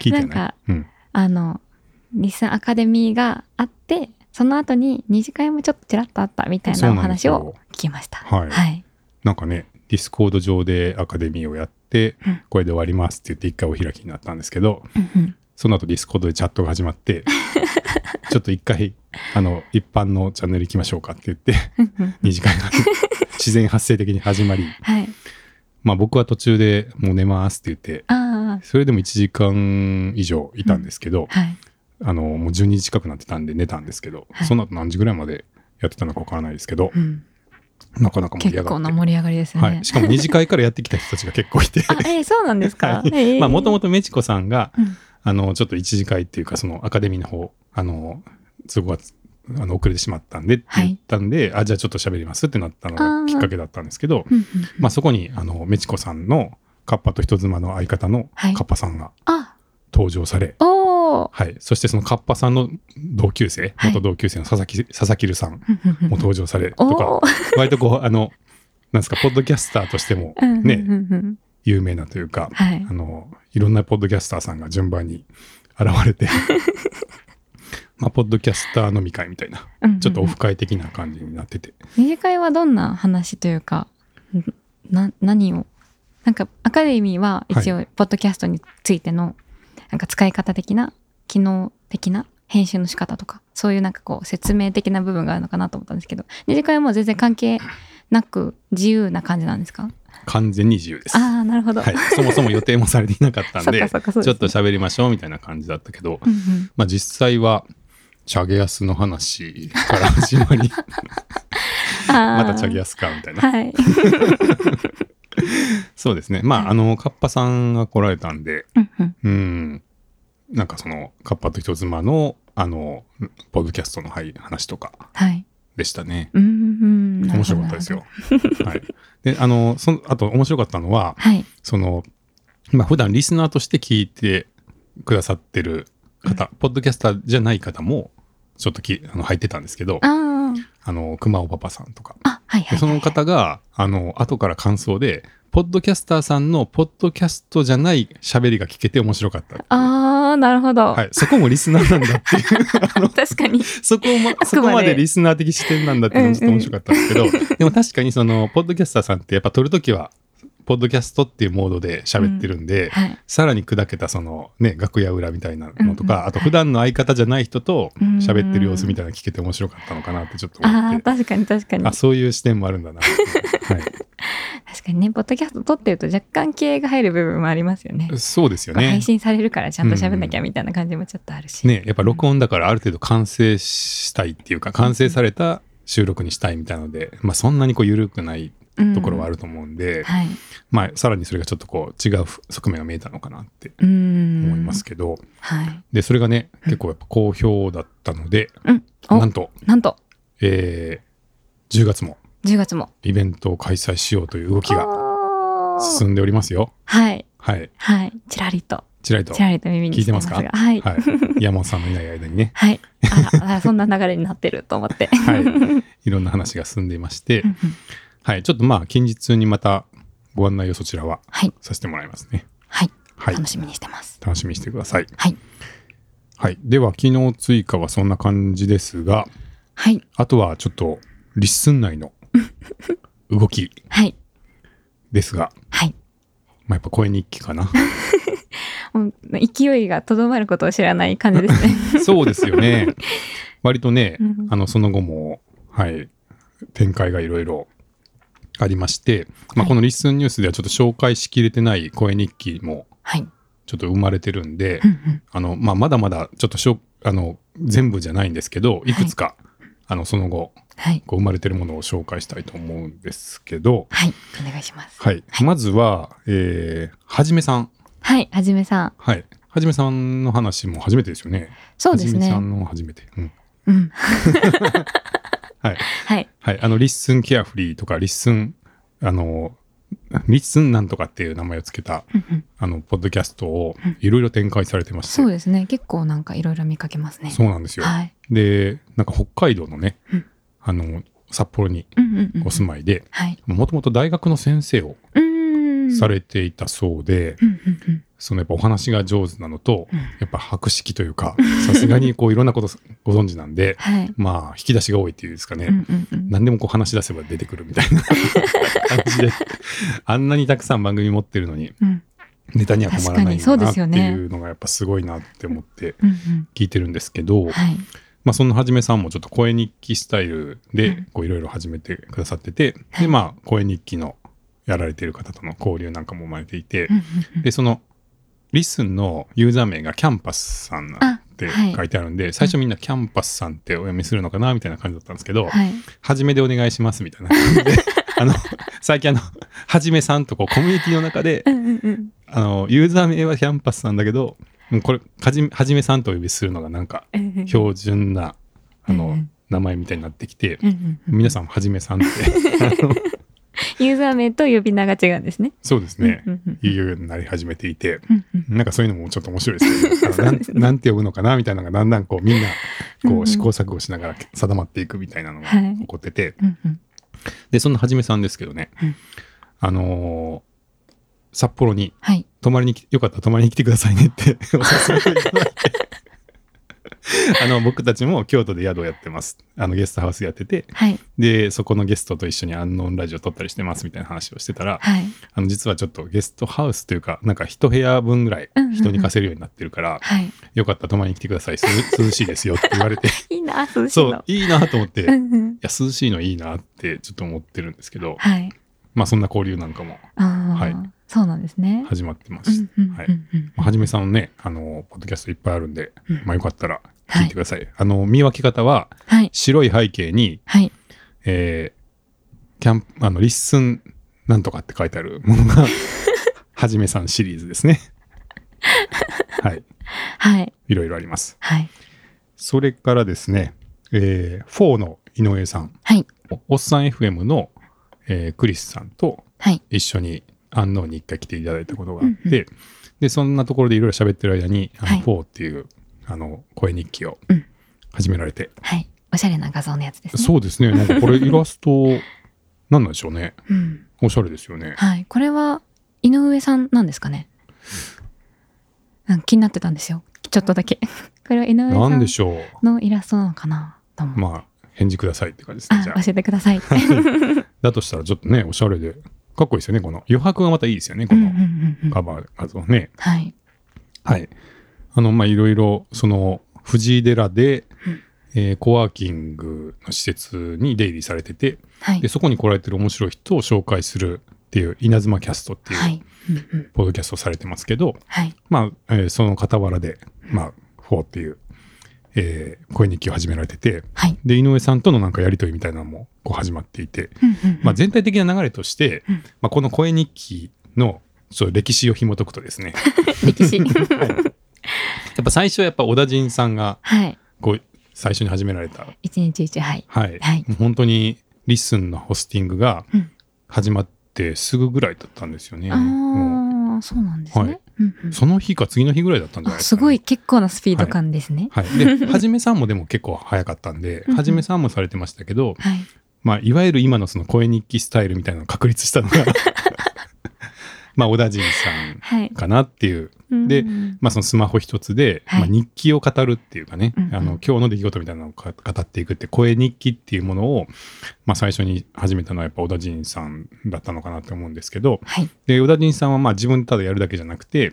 Speaker 1: 聞いて
Speaker 2: なん
Speaker 1: な
Speaker 2: か
Speaker 1: い。うん。
Speaker 2: あの、リスンアカデミーがあって、その後に二次会もちょっとちらっとあったみたい
Speaker 1: そ
Speaker 2: な
Speaker 1: う
Speaker 2: お
Speaker 1: なんです
Speaker 2: 話
Speaker 1: よ
Speaker 2: を聞きました。
Speaker 1: はい
Speaker 2: はい。
Speaker 1: なんかね、ディスコード上でアカデミーをやって
Speaker 2: うん、
Speaker 1: これで終わりますって言って一回お開きになったんですけど、
Speaker 2: うんうん
Speaker 1: その後ディスコードでチャットが始ま って、ちょっと一回、あの、一般のチャンネル行きましょうかって言っ て、
Speaker 2: うんうん
Speaker 1: 二次会が自然発生的に始まり、
Speaker 2: はい。
Speaker 1: まあ僕は途中でもう寝ますって言って、
Speaker 2: ああ。
Speaker 1: それでも1時間以上いたんですけど、
Speaker 2: はい。
Speaker 1: あの、もう12時近くなってたんで寝たんですけど、
Speaker 2: はい
Speaker 1: その後何時ぐらいまでやってたのかわからないですけど、
Speaker 2: うん
Speaker 1: なかなか盛り上
Speaker 2: 結
Speaker 1: が
Speaker 2: 構
Speaker 1: っ
Speaker 2: な
Speaker 1: て。
Speaker 2: 盛り上がりですよ
Speaker 1: はい、
Speaker 2: ね
Speaker 1: し。かも二次会からやってきた人たちが結構いて
Speaker 2: あ、えー、そうなんですか
Speaker 1: は。い
Speaker 2: えー
Speaker 1: まあもともとメチコさんが
Speaker 2: うん
Speaker 1: あのちょっと一次会っていうかそのアカデミーの方あの都合がつあの遅れてしまったんでって言ったんで、あじゃあちょっと喋りますってなったのがきっかけだったんですけど
Speaker 2: うんうん
Speaker 1: まあ、そこにあのメチコさんのカッパと人妻の相方の
Speaker 2: はい
Speaker 1: カッパさんが
Speaker 2: あ、
Speaker 1: 登場され、
Speaker 2: おと、
Speaker 1: はい。そしてそのカッパさんの同級生、
Speaker 2: はい
Speaker 1: 元同級生の佐々木、佐々木留さんも登場され
Speaker 2: お
Speaker 1: とか、
Speaker 2: おー、
Speaker 1: 割とこう、あの、なんですか、ポッドキャスターとしても
Speaker 2: うんうん
Speaker 1: ね、
Speaker 2: うんうん
Speaker 1: 有名なというか、
Speaker 2: はい
Speaker 1: あ。の、いろんなポッドキャスターさんが順番に現れて、 まあ、ポッドキャスター飲み会みたいな、ちょっとオフ会的な感じになってて、
Speaker 2: 二次会はどんな話というかな何をなんかアカデミーは一応ポッドキャストについての、なんか使い方的な機能的な編集の仕方とかそういうなんかこう説明的な部分があるのかなと思ったんですけど二次会はもう全然関係なく自由な感じなんですか
Speaker 1: 完全に自由です。
Speaker 2: ああなるほど、
Speaker 1: はい、そもそも予定もされていなかったん
Speaker 2: そっ
Speaker 1: で
Speaker 2: かそっかそう
Speaker 1: ち
Speaker 2: で
Speaker 1: ょ
Speaker 2: す
Speaker 1: っと喋りましょうみたいな感じだったけど、
Speaker 2: うんうん
Speaker 1: まあ、実際はチャゲアスの話から始ま り
Speaker 2: あ
Speaker 1: またチャゲ
Speaker 2: ア
Speaker 1: アスかみたいな
Speaker 2: はい、
Speaker 1: そうですねまああのカッパさんが来られたんで
Speaker 2: うんうん
Speaker 1: うんなんかそのカッパと人妻のあのポッドキャストのはい話とか
Speaker 2: はい
Speaker 1: でしたね
Speaker 2: うんうんなるほど
Speaker 1: 面白かったですよ。はい、であのそのあと面白かったのは
Speaker 2: はい
Speaker 1: その、まあ、普段リスナーとして聞いてくださってる方、ポッドキャスターじゃない方も、ちょっときあの入ってたんですけど、
Speaker 2: あ
Speaker 1: あ
Speaker 2: ー
Speaker 1: の、熊尾パパさんとか。
Speaker 2: あはいはいはい、
Speaker 1: でその方が、あの、後から感想で、ポッドキャスターさんのポッドキャストじゃない喋りが聞けて面白かったっていう。
Speaker 2: ああなるほど、
Speaker 1: はい、そこもリスナーなんだっていう、
Speaker 2: 確かに
Speaker 1: そこも、
Speaker 2: あくまで
Speaker 1: そこまでリスナー的視点なんだっていうのもちょっと面白かったんですけど、 でも確かにその、ポッドキャスターさんってやっぱ撮るときは、ポッドキャストっていうモードで喋ってるんで、
Speaker 2: はい
Speaker 1: さらに砕けたそのね楽屋裏みたいなのとか、
Speaker 2: うんうん
Speaker 1: あと普段の相方じゃない人と
Speaker 2: うん
Speaker 1: 喋ってる様子みたいなの聞けて面白かったのかなってちょっと
Speaker 2: あ
Speaker 1: 思っ
Speaker 2: あ
Speaker 1: て
Speaker 2: 確かに確かに
Speaker 1: あそういう視点もあるんだなって、 は
Speaker 2: 確かにねポッドキャスト撮ってると若干気合が入る部分もありますよね
Speaker 1: い、そうですよね
Speaker 2: 配信されるからちゃんと喋んなきゃみたいな感じもちょっとあるし、
Speaker 1: ねやっぱ録音だからある程度完成したいっていうか完成された収録にしたいみたいなので、まあ、そんなにこう緩くないところはあ
Speaker 2: る、
Speaker 1: ると思うんで、
Speaker 2: はい
Speaker 1: まあ、さらにそれがちょっとこう違う側面が見えたのかなって
Speaker 2: うん
Speaker 1: 思いますけど、
Speaker 2: はい
Speaker 1: でそれがね結構やっぱ好評だったので、
Speaker 2: うんお
Speaker 1: なんと、
Speaker 2: なんと
Speaker 1: えー10月も
Speaker 2: 10月も
Speaker 1: イベントを開催しようという動きが
Speaker 2: おー
Speaker 1: 進んでおりますよ。
Speaker 2: はい
Speaker 1: はい。
Speaker 2: はいちらりと
Speaker 1: ちらりと。
Speaker 2: ちらりと耳にしてますが
Speaker 1: 聞いてま
Speaker 2: はい
Speaker 1: はい。山本さんのいない間に ね。
Speaker 2: はい、あらあら そんな流れになってると思って
Speaker 1: はい。いろんな話が進んでいまして
Speaker 2: うんう、ん
Speaker 1: はい。ちょっとまあ、近日にまたご案内をそちらは
Speaker 2: はい
Speaker 1: させてもらいますね。
Speaker 2: はい、
Speaker 1: はい。
Speaker 2: 楽しみにしてます
Speaker 1: 楽しみにしてください。
Speaker 2: はい
Speaker 1: はい。では、昨日追加はそんな感じですが、
Speaker 2: はい
Speaker 1: あとはちょっと、リッスン 内の動き
Speaker 2: はい
Speaker 1: ですが、
Speaker 2: はい
Speaker 1: まあ、やっぱ声日記か な。
Speaker 2: もう勢いがとどまることを知らない感じですね
Speaker 1: そうですよね。割とね
Speaker 2: うん、
Speaker 1: あの、その後も、はい、展開がいろいろありまして、まあ、
Speaker 2: はい
Speaker 1: このリッスンニュースではちょっと紹介しきれてない声日記も
Speaker 2: はい
Speaker 1: ちょっと生まれてるんで
Speaker 2: う、んうん
Speaker 1: あの、まあ、まだまだちょっとしょ、あの、全部じゃないんですけど、いくつか、あの、その後、
Speaker 2: はい
Speaker 1: こう生まれてるものを紹介したいと思うんですけど、
Speaker 2: はい、お願いします。
Speaker 1: はい。まずは、えー、はじめさん。
Speaker 2: はい、はじめさん。
Speaker 1: はい。はじめさんの話も初めてですよね。
Speaker 2: そうです
Speaker 1: はじめさ
Speaker 2: ね。
Speaker 1: んの初めて。うん。
Speaker 2: うん。
Speaker 1: はい。
Speaker 2: はい。
Speaker 1: はい、あの、リッスンケアフリーとか、リッスン、あの、リッスンなんとかっていう名前をつけた、
Speaker 2: うんうん
Speaker 1: あの、ポッドキャストをいろいろ展開されてまして、
Speaker 2: そうですね。結構なんかいろいろ見かけますね。
Speaker 1: そうなんですよ。
Speaker 2: はい。
Speaker 1: で、なんか北海道のね、
Speaker 2: うん
Speaker 1: あの、札幌に
Speaker 2: うんうんうん。
Speaker 1: お住まいで、
Speaker 2: はい。
Speaker 1: もともと大学の先生を
Speaker 2: うーん。
Speaker 1: されていたそうで、
Speaker 2: うんうんうん。
Speaker 1: そのやっぱお話が上手なのと、
Speaker 2: うん
Speaker 1: やっぱ博識というか、さすがにこういろんなことご存知なんで、
Speaker 2: はい。
Speaker 1: まあ、引き出しが多いっていうんですかね。
Speaker 2: うんうんうん。
Speaker 1: 何でもこう話し出せば出てくるみたいな感じであんなにたくさん番組持ってるのに
Speaker 2: うん
Speaker 1: ネタには困らないんだ
Speaker 2: 確かにそう
Speaker 1: な
Speaker 2: で
Speaker 1: って
Speaker 2: すよね
Speaker 1: いうのがやっぱすごいなって思って
Speaker 2: うんうん。
Speaker 1: 聞いてるんですけど、
Speaker 2: はい。
Speaker 1: まあ、そのはじめさんもちょっと声日記スタイル
Speaker 2: うん
Speaker 1: でこういろいろ始めてくださってて、
Speaker 2: はい
Speaker 1: でまあ声日記のやられてる方との交流なんかも生まれていて
Speaker 2: うん、うんうん
Speaker 1: でそのリスンのユーザー名がキャンパスさんなん
Speaker 2: あ、
Speaker 1: て
Speaker 2: はい
Speaker 1: 書いてあるんで、最初みんなキャンパスさんってお読みするのかなみたいな感じだったんですけど、
Speaker 2: はい。
Speaker 1: はじめでお願いしますみたいな感 じで、あの、最近あの、はじめさんとこうコミュニティの中で
Speaker 2: う、んうんうん。
Speaker 1: あの、ユーザー名はキャンパスなんだけど、もうこれ、はじめ、はじめさんとお呼びするのがなんか、
Speaker 2: うんうんうん
Speaker 1: 標準な、あ
Speaker 2: う
Speaker 1: の
Speaker 2: ん、
Speaker 1: 名前みたいになってきて、
Speaker 2: うんうんうん
Speaker 1: 皆さんはじめさんって、あの
Speaker 2: ユーザー名と呼び名が違うんですね。
Speaker 1: そうですね
Speaker 2: う。んうんうん
Speaker 1: いうようになり始めていて、
Speaker 2: うんうん
Speaker 1: なんかそういうのもちょっと面白いですね。あのな
Speaker 2: そうんですね
Speaker 1: なんて呼ぶのかなみたいなのがだんだんこうみんな
Speaker 2: うん
Speaker 1: こ
Speaker 2: うん
Speaker 1: う試行錯誤しながら定まっていくみたいなのが
Speaker 2: はい
Speaker 1: 起こってて、
Speaker 2: うんうん
Speaker 1: で、そんなはじめさんですけどね、
Speaker 2: うん
Speaker 1: あのー札幌に
Speaker 2: はい。
Speaker 1: 泊まりに来よかったら泊まりに来てくださいねって お誘いをいただいてあの僕たちも京都で宿をやってますあのゲストハウスやってて
Speaker 2: はい。
Speaker 1: でそこのゲストと一緒に「アンノンラジオ」撮ったりしてますみたいな話をしてたら
Speaker 2: はい。
Speaker 1: あの実はちょっとゲストハウスというかなんか一部屋分ぐらい
Speaker 2: うんうんうん
Speaker 1: 人に貸せるようになってるから、
Speaker 2: はい。
Speaker 1: よかったら泊まりに来てください 涼涼しいですよって言われて
Speaker 2: いいな、涼しい
Speaker 1: そ
Speaker 2: の。
Speaker 1: ういいなと思って。い
Speaker 2: うんうん。
Speaker 1: や涼しいのいいなってちょっと思ってるんですけど、
Speaker 2: はい。
Speaker 1: まあそんな交流なんかも
Speaker 2: ああ、
Speaker 1: はい
Speaker 2: そうなんですね。
Speaker 1: 始まってま
Speaker 2: う
Speaker 1: す
Speaker 2: んうんうん
Speaker 1: はい
Speaker 2: うん
Speaker 1: まあはじめさんのね、あの、ポッドキャストいっぱいあるんで、
Speaker 2: うん
Speaker 1: まあよかったら聞いてください。あの、見分け方は、
Speaker 2: はい。
Speaker 1: 白い背景に、
Speaker 2: はい。
Speaker 1: えーキャンプ、あの、リッスンなんとかって書いてあるもの が、はじめさんシリーズですね。はい。
Speaker 2: はい。
Speaker 1: いろいろあります。
Speaker 2: はい。
Speaker 1: それからですね、えー、4の井上さん、
Speaker 2: はい。
Speaker 1: おっさん FM の、えークリスさんと
Speaker 2: はい。
Speaker 1: 一緒に安納に一回来ていただいたことがあって、
Speaker 2: うんう
Speaker 1: でそんなところでいろいろ喋ってる間に「あの
Speaker 2: はい
Speaker 1: フォーっていうあの声日記を
Speaker 2: うん
Speaker 1: 始められて、
Speaker 2: はい。おしゃれな画像のやつですね。
Speaker 1: そうですねなんかこれイラストなんなんでしょうね
Speaker 2: うん。
Speaker 1: おしゃれですよね
Speaker 2: はい。これは、井上さんなんですかね。うん、気になってたんですよ。ちょっとだけ。 これは井上
Speaker 1: な
Speaker 2: さ
Speaker 1: んで
Speaker 2: ん
Speaker 1: しょ
Speaker 2: のイラストなのかなと
Speaker 1: う
Speaker 2: 思う。
Speaker 1: まあ返事くださいって感じですね
Speaker 2: あ
Speaker 1: じゃ、あ
Speaker 2: 教えてく ださい。
Speaker 1: だとしたらちょっとねおしゃれでかっこいいですよねこの余白がまたいいですよね
Speaker 2: う
Speaker 1: こ
Speaker 2: んうんう
Speaker 1: の
Speaker 2: んうん
Speaker 1: カバー画像ね、
Speaker 2: はい。
Speaker 1: はいあのまあいろいろその藤井寺で、
Speaker 2: うん
Speaker 1: えーコワーキングの施設に出入りされてて
Speaker 2: はい
Speaker 1: で。そこに来られてる面白い人を紹介するっていう稲妻キャストって
Speaker 2: は
Speaker 1: いう
Speaker 2: い。うんうん
Speaker 1: ポッドキャストをされてますけど、
Speaker 2: はい。
Speaker 1: まあ、えーその傍らで、まあ、フォーっていう、えー声日記を始められてて
Speaker 2: はい。
Speaker 1: で井上さんとのなんかやり取りみたいなのもこう始まっていて、
Speaker 2: うんうんうん
Speaker 1: まあ、全体的な流れとして、
Speaker 2: うん
Speaker 1: まあ、この声日記のちょっと歴史を紐解くとです ね
Speaker 2: 歴史。
Speaker 1: やっぱ最初はやっぱ小田陣さんが
Speaker 2: はい。
Speaker 1: こう最初に始められた
Speaker 2: 一日一はい。
Speaker 1: はい、
Speaker 2: はい
Speaker 1: もう本当にリッスンのホスティングが
Speaker 2: うん
Speaker 1: 始まってすぐぐらいだったんですよね。も
Speaker 2: ああ、そうなんです
Speaker 1: は
Speaker 2: ね
Speaker 1: い。
Speaker 2: うんうん
Speaker 1: うその日か次の日ぐらいだったんじゃない
Speaker 2: あ
Speaker 1: です
Speaker 2: す
Speaker 1: か、
Speaker 2: ごい。結構なスピード感ですね。
Speaker 1: はい、 ではじめさんもでも結構早かったんで
Speaker 2: うんうん
Speaker 1: はじめさんもされてましたけど、
Speaker 2: はい。
Speaker 1: まあ、いわゆる今のその声日記スタイルみたいなのを確立したの がまあ小田陣さ
Speaker 2: はい
Speaker 1: ん。かなっていう、で
Speaker 2: うん
Speaker 1: まあ、そのスマホ一つで、
Speaker 2: はい
Speaker 1: まあ、日記を語るっていうかね、
Speaker 2: うんうん
Speaker 1: あの今日の出来事みたいなのをか語っていくって声日記っていうものを、まあ、最初に始めたのはやっぱ小田陣さんだったのかなと思うんですけど
Speaker 2: はい。
Speaker 1: で小田陣さんはまあ自分でただやるだけじゃなくて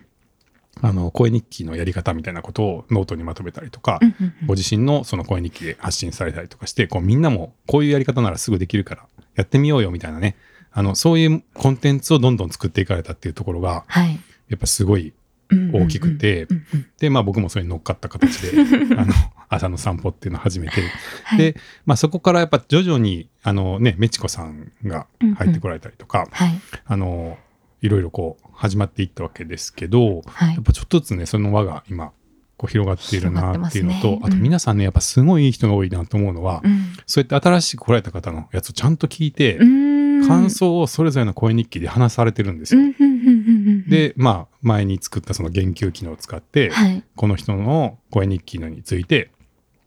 Speaker 1: あの声日記のやり方みたいなことをノートにまとめたりとか、
Speaker 2: うんうんうん
Speaker 1: ご自身のその声日記で発信されたりとかしてこうみんなもこういうやり方ならすぐできるからやってみようよみたいなねあのそういうコンテンツをどんどん作っていかれたっていうところが
Speaker 2: はい。
Speaker 1: やっぱすごい
Speaker 2: うんうんうん
Speaker 1: 大きく。て、
Speaker 2: うんうん
Speaker 1: で、まあ僕もそれに乗っかった形 で、あの、朝の散歩っていうのを始めて、
Speaker 2: はい
Speaker 1: で、まあそこからやっぱ徐々に、あのね、メチコさんが入ってこられたりとか、
Speaker 2: はい。
Speaker 1: あの、いろいろこう始まっていったわけですけど、
Speaker 2: はい
Speaker 1: やっ。ぱちょっとずつね、その輪が今、こう広がっているなっていうのと、
Speaker 2: 広がってますね
Speaker 1: あと
Speaker 2: うん
Speaker 1: 皆さんね、やっぱすごいいい人が多いなと思うのは、
Speaker 2: うん
Speaker 1: そうやって新しく来られた方のやつをちゃんと聞いて、
Speaker 2: うん
Speaker 1: 感想をそれぞれの声日記で話されてるんです
Speaker 2: うん
Speaker 1: よ。
Speaker 2: うんうんうんうん。
Speaker 1: で、まあ前に作ったその言及機能を使って、
Speaker 2: はい。
Speaker 1: この人の声日記のについて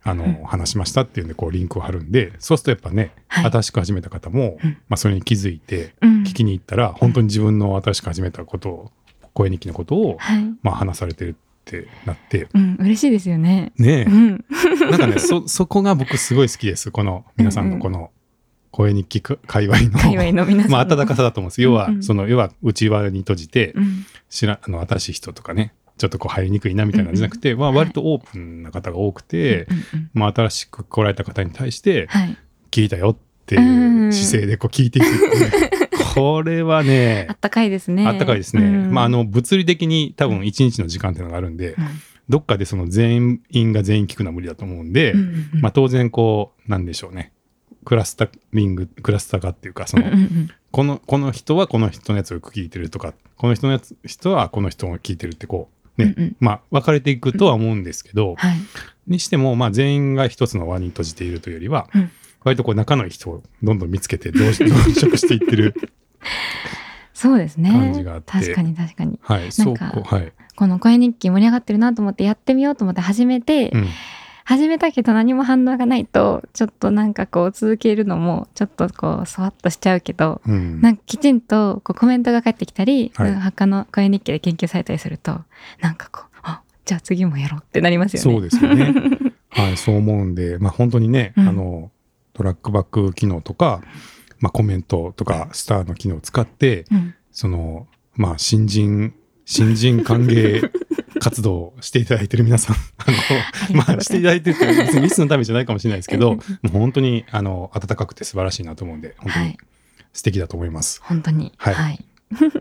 Speaker 1: あの、
Speaker 2: うん
Speaker 1: 話しましたっていうんでこうリンクを貼るんでそうするとやっぱね、
Speaker 2: はい
Speaker 1: 新しく始めた方も、
Speaker 2: うん
Speaker 1: まあ、それに気づいて聞
Speaker 2: 聞
Speaker 1: きに行ったら、本当に自分の新しく始めたことを声日記のことを、
Speaker 2: はい。
Speaker 1: まあ、話されてるってなって
Speaker 2: うん、嬉しいですよね。
Speaker 1: ね
Speaker 2: う
Speaker 1: え
Speaker 2: ん。
Speaker 1: なんかねそそこが僕すごい好きですこの皆さん
Speaker 2: うんう
Speaker 1: の
Speaker 2: ん
Speaker 1: この声日記か界隈の。
Speaker 2: 界隈の皆さ ん
Speaker 1: ま
Speaker 2: の。
Speaker 1: あ暖かさだと思うんです。要は、
Speaker 2: うんうん
Speaker 1: その、要は、内輪に閉じて、
Speaker 2: うん。
Speaker 1: 知らあの新しい人とかねちょっとこう入りにくいなみたいなんじゃなくて、まあ、
Speaker 2: はい
Speaker 1: 割とオープンな方が多くて、
Speaker 2: うんうん
Speaker 1: まあ、新しく来られた方に対して
Speaker 2: はい。
Speaker 1: 聞いたよっていう姿勢でこう聞いていくっていう、 これはね
Speaker 2: あったかいですね。
Speaker 1: あったかいですね、
Speaker 2: うん
Speaker 1: まあ、あ、の物理的に多分1日の時間っていうのがあるんで、
Speaker 2: うん
Speaker 1: どっかでその全員が全員聞くのは無理だと思うんで、
Speaker 2: うんうんうん
Speaker 1: まあ、当然こうなんでしょうねクラスタリングクラスター化っていうかそ
Speaker 2: うん
Speaker 1: の
Speaker 2: うんうん
Speaker 1: このこの人はこの人のやつをよく聞いてるとかこの人のやつ人はこの人を聞いてるってこうね、
Speaker 2: うんうん
Speaker 1: まあ分かれていくとは思うんですけど、
Speaker 2: はい。
Speaker 1: にしてもまあ全員が一つの輪に閉じているというよりは、
Speaker 2: うん
Speaker 1: 割とこう仲のいい人をどんどん見つけて増殖増殖していってる
Speaker 2: そうですね
Speaker 1: 感じがあって
Speaker 2: 確かに確かに
Speaker 1: はい、そう
Speaker 2: か
Speaker 1: こうはい、
Speaker 2: この声日記盛り上がってるなと思ってやってみようと思って始めて、
Speaker 1: うん、
Speaker 2: 始めたけど何も反応がないとちょっとなんかこう続けるのもちょっとこうそわっとしちゃうけど、
Speaker 1: うん、
Speaker 2: なんかきちんとこうコメントが返ってきたり、
Speaker 1: はい
Speaker 2: 発火の声日記で研究されたりするとなんかこうあじゃあ次もやろうってなります
Speaker 1: そ
Speaker 2: よね。
Speaker 1: うですよね。はい、そう思うん で、まあ本当にね、
Speaker 2: うん
Speaker 1: あの、トラックバック機能とか、まあコメントとか、スターの機能を使って、
Speaker 2: うん
Speaker 1: その、まあ新人、新人歓 迎活動をしていただいてる皆さん、あ
Speaker 2: り
Speaker 1: の、
Speaker 2: がとうございます
Speaker 1: まあしていただいてるって別にミスのためじゃないかもしれないですけど、
Speaker 2: うん
Speaker 1: もう本当に、あの、温かくて素晴らしいなと思うんで、本当
Speaker 2: は
Speaker 1: に
Speaker 2: い
Speaker 1: 素敵だと思います。
Speaker 2: 本当に
Speaker 1: はい
Speaker 2: はい、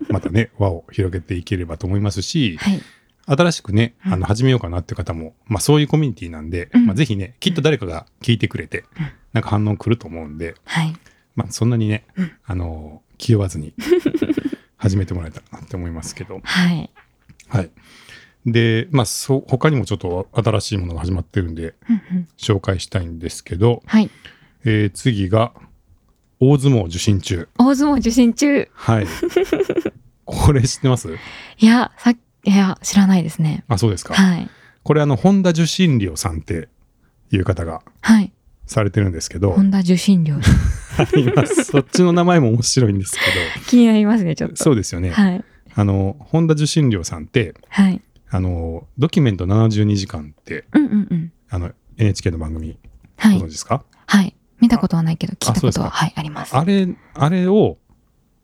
Speaker 1: またね、輪を広げていければと思いますし、
Speaker 2: はい
Speaker 1: 新しくね、
Speaker 2: うん
Speaker 1: あの、始めようかなって方も、まあそういうコミュニティなんで、
Speaker 2: うん
Speaker 1: まあぜひね、きっと誰かが聞いてくれて、なんか反応来ると思うんで、
Speaker 2: はい
Speaker 1: まあそんなにね、
Speaker 2: うん
Speaker 1: あの、気負わず に始めてもらえたらなって思いますけど、
Speaker 2: はい
Speaker 1: はい。で、まあそう、他にもちょっと新しいものが始まってるんで、
Speaker 2: うんうん
Speaker 1: 紹介したいんですけど、
Speaker 2: はい
Speaker 1: えー次が、大相撲受信中。
Speaker 2: 大相撲受信中
Speaker 1: はい。 これ知ってます
Speaker 2: いやさっいや知らないですね
Speaker 1: あ、そうですか。
Speaker 2: はい
Speaker 1: これあの、本田受信料さんっていう方が、
Speaker 2: はい
Speaker 1: されてるんですけど、
Speaker 2: 本田受信料
Speaker 1: 今 そっちの名前も面白いんですけ
Speaker 2: 気になりますねちょっ
Speaker 1: ど、
Speaker 2: と
Speaker 1: そうですよね。
Speaker 2: はい
Speaker 1: あの、本田受信料さんって、
Speaker 2: はい
Speaker 1: あの、ドキュメント72時間って、
Speaker 2: うんうんうん
Speaker 1: あの、NHK の番組、ご
Speaker 2: はい
Speaker 1: 存知ですか、
Speaker 2: はい見たことはないけど聞いた
Speaker 1: そう
Speaker 2: こ
Speaker 1: です
Speaker 2: と
Speaker 1: か
Speaker 2: ははいあります
Speaker 1: あれ、あれを、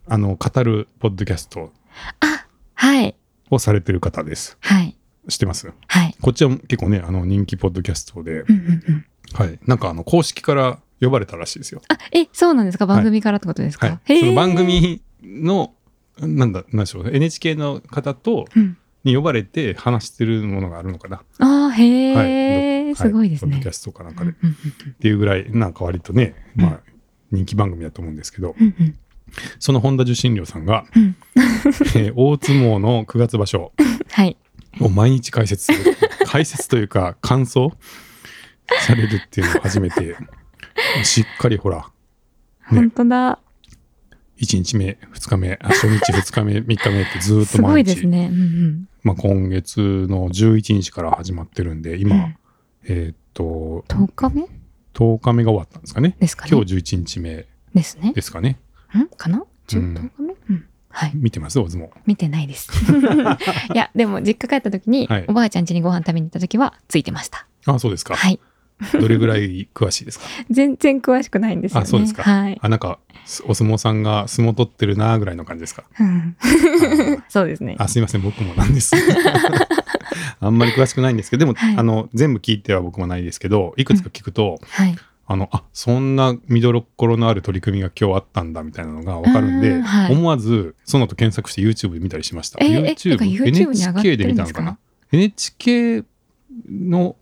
Speaker 1: あの、語るポッドキャスト
Speaker 2: あはい
Speaker 1: をされてる方です。
Speaker 2: はい
Speaker 1: 知ってます
Speaker 2: はい
Speaker 1: こっちは結構ね、あの、人気ポッドキャストで
Speaker 2: う、んうんうん
Speaker 1: はい。なんか、あの、公式から呼ばれたらしいですよ。
Speaker 2: あえそうなんですか番組からってことですか、
Speaker 1: は
Speaker 2: へ
Speaker 1: い。
Speaker 2: ー
Speaker 1: その番組の、なんだ、なんでしょう、NHK の方と、
Speaker 2: うん
Speaker 1: に呼ばれて話してるものがあるのかな。
Speaker 2: あーへえ、
Speaker 1: は
Speaker 2: すごいです
Speaker 1: ポッ
Speaker 2: ね
Speaker 1: ドキャストかなんかで。っ
Speaker 2: うん
Speaker 1: ていうぐらい、なんか割とね、
Speaker 2: うん
Speaker 1: まあ、人気番組だと思うんですけど、
Speaker 2: うんうん
Speaker 1: その本田受信料さんが、
Speaker 2: うん
Speaker 1: えー大相撲の9月場所
Speaker 2: はい
Speaker 1: を毎日解説する。解説というか、感想されるっていうのを初めて、しっかりほら、
Speaker 2: 本当だ
Speaker 1: 1日目、2日目、あ初日、2日目、3日目ってずーっ
Speaker 2: す
Speaker 1: と
Speaker 2: ご
Speaker 1: 毎
Speaker 2: いです
Speaker 1: 日、
Speaker 2: ねうんうん
Speaker 1: まあ今月の11日から始まってるんで、今、
Speaker 2: うん
Speaker 1: えーっと、
Speaker 2: 10日目
Speaker 1: 10日目が終わったんですかね。
Speaker 2: ですかね
Speaker 1: 今日11日目
Speaker 2: ですね
Speaker 1: ですかね。
Speaker 2: んかな
Speaker 1: う
Speaker 2: ?10
Speaker 1: ん
Speaker 2: 日目、うん、はい
Speaker 1: 見てます大相撲。
Speaker 2: 見てないですいやでも実家帰った時に、
Speaker 1: はい
Speaker 2: おばあちゃん家にご飯食べに行った時はついてました
Speaker 1: あ、そうですか。
Speaker 2: はい
Speaker 1: どれぐらい詳しいですか。
Speaker 2: 全然詳しくないんですよね
Speaker 1: あ、そうですか。
Speaker 2: はい、
Speaker 1: あ、なんか、すお相撲さんが相撲取ってるなぐらいの感じで すか。
Speaker 2: うん、
Speaker 1: あ
Speaker 2: そうですね
Speaker 1: あ、すいません、僕もなん です。あんまり詳しくないんですけど、でも、
Speaker 2: はい
Speaker 1: あの、全部聞いては僕もないですけど、いくつか聞くと、
Speaker 2: はい
Speaker 1: あの、あ、そんな見どころのある取り組みが今日あったんだみたいなのがわかるん
Speaker 2: あ
Speaker 1: で、
Speaker 2: ーはい
Speaker 1: 思わず、その後検索して YouTube で見たりしました。
Speaker 2: えーえてか YouTube に上がって
Speaker 1: NHK で
Speaker 2: るん
Speaker 1: 見
Speaker 2: で
Speaker 1: た
Speaker 2: す
Speaker 1: のか
Speaker 2: か
Speaker 1: な ?NHK の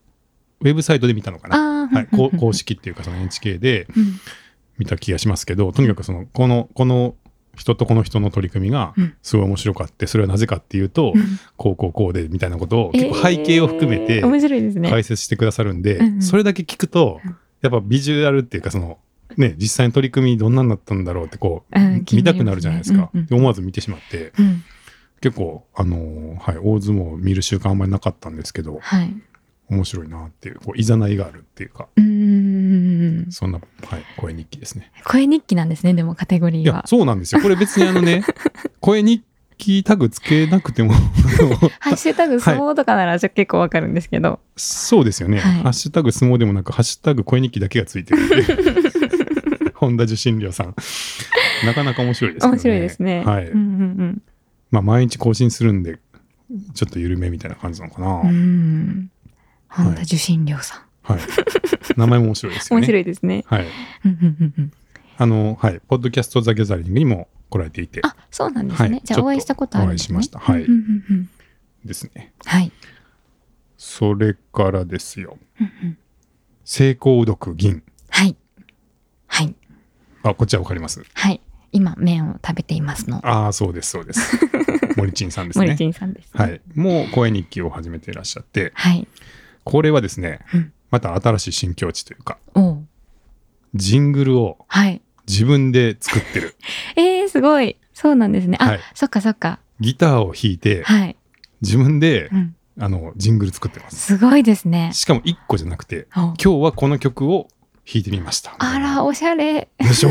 Speaker 1: ウェブサイトで見たのかな
Speaker 2: あー
Speaker 1: はい、
Speaker 2: うんう
Speaker 1: こ
Speaker 2: ん
Speaker 1: う
Speaker 2: う
Speaker 1: ん公式っていうかその NHK で
Speaker 2: うん
Speaker 1: 見た気がしますけどとにかくそのこのこの人とこの人の取り組みが
Speaker 2: うん
Speaker 1: すごい面白かってそれはなぜかっていうと、
Speaker 2: うん
Speaker 1: こうこうこうでみたいなことを結構背景を含めて
Speaker 2: えー面白いですね、
Speaker 1: 解説してくださるんで、
Speaker 2: うんうん
Speaker 1: それだけ聞くと
Speaker 2: うん
Speaker 1: やっぱビジュアルっていうかそのね実際の取り組みどんなんだったんだろうってこう、
Speaker 2: うん気
Speaker 1: 見
Speaker 2: にな
Speaker 1: た
Speaker 2: りますね
Speaker 1: くなるじゃないですか、
Speaker 2: うんうん
Speaker 1: で思わず見てしまって
Speaker 2: うん
Speaker 1: 結構あのーはい、大相撲を見る習慣あんまりなかったんですけど
Speaker 2: はい
Speaker 1: 面白いなっていうこういざないがあるっていうか
Speaker 2: うーん
Speaker 1: そんな、はい、声日記ですね。
Speaker 2: 声日記なんですねでもカテゴリ
Speaker 1: い
Speaker 2: ー
Speaker 1: や
Speaker 2: は、
Speaker 1: そうなんですよ。これ別にあの ね、声日記タグつけなくても、あの
Speaker 2: ハッシュタグ相撲とかならじゃ結構わかるんですけど、
Speaker 1: そうですよね、
Speaker 2: はい
Speaker 1: ハッシュタグ相撲でもなく、ハッシュタグ声日記だけがついてるん で本田受信料さん。なかなか面白いですよね。
Speaker 2: 面白いですね
Speaker 1: はい。
Speaker 2: うんうん
Speaker 1: まあ、毎日更新するんで、ちょっと緩めみたいな感じなのかな。
Speaker 2: うんうん本
Speaker 1: は
Speaker 2: 田
Speaker 1: い
Speaker 2: 受信料さん、
Speaker 1: はい。名前も面白いですよ
Speaker 2: 面
Speaker 1: ね。
Speaker 2: 白いですね
Speaker 1: はい。
Speaker 2: うんうんうんうん
Speaker 1: あの、はい。ポッドキャストザ・ギャザリングにも来られていて
Speaker 2: あそうなんですね、
Speaker 1: はい
Speaker 2: じゃ
Speaker 1: ちょっと
Speaker 2: あお会いしたことあるんです、ね、
Speaker 1: お会いしましたはい
Speaker 2: うんうんうん
Speaker 1: ですね。
Speaker 2: はい
Speaker 1: それからですよ。
Speaker 2: うんうん
Speaker 1: 成功うどく銀。
Speaker 2: はいはい
Speaker 1: あ、こっちはわかります。
Speaker 2: はい今麺を食べていますの
Speaker 1: ああ、そうです、そう です。森珍さんです
Speaker 2: 森
Speaker 1: ね。
Speaker 2: 珍さんです、
Speaker 1: は、い。もう声日記を始めていらっしゃって、
Speaker 2: はい、
Speaker 1: これはですね
Speaker 2: うん、
Speaker 1: また新しい新境地というか、
Speaker 2: おう
Speaker 1: ジングルを
Speaker 2: はい
Speaker 1: 自分で作ってる。
Speaker 2: えー、ー、すごい。そうなんですね。あ、
Speaker 1: はい
Speaker 2: そっかそっか。
Speaker 1: ギターを弾いて、
Speaker 2: はい。
Speaker 1: 自分で
Speaker 2: う、ん。
Speaker 1: あの、ジングル作ってます。
Speaker 2: すごいですね。
Speaker 1: しかも1個じゃなくて、
Speaker 2: お
Speaker 1: 今日はこの曲を弾いてみました。
Speaker 2: あら、おしゃれ。
Speaker 1: で しょ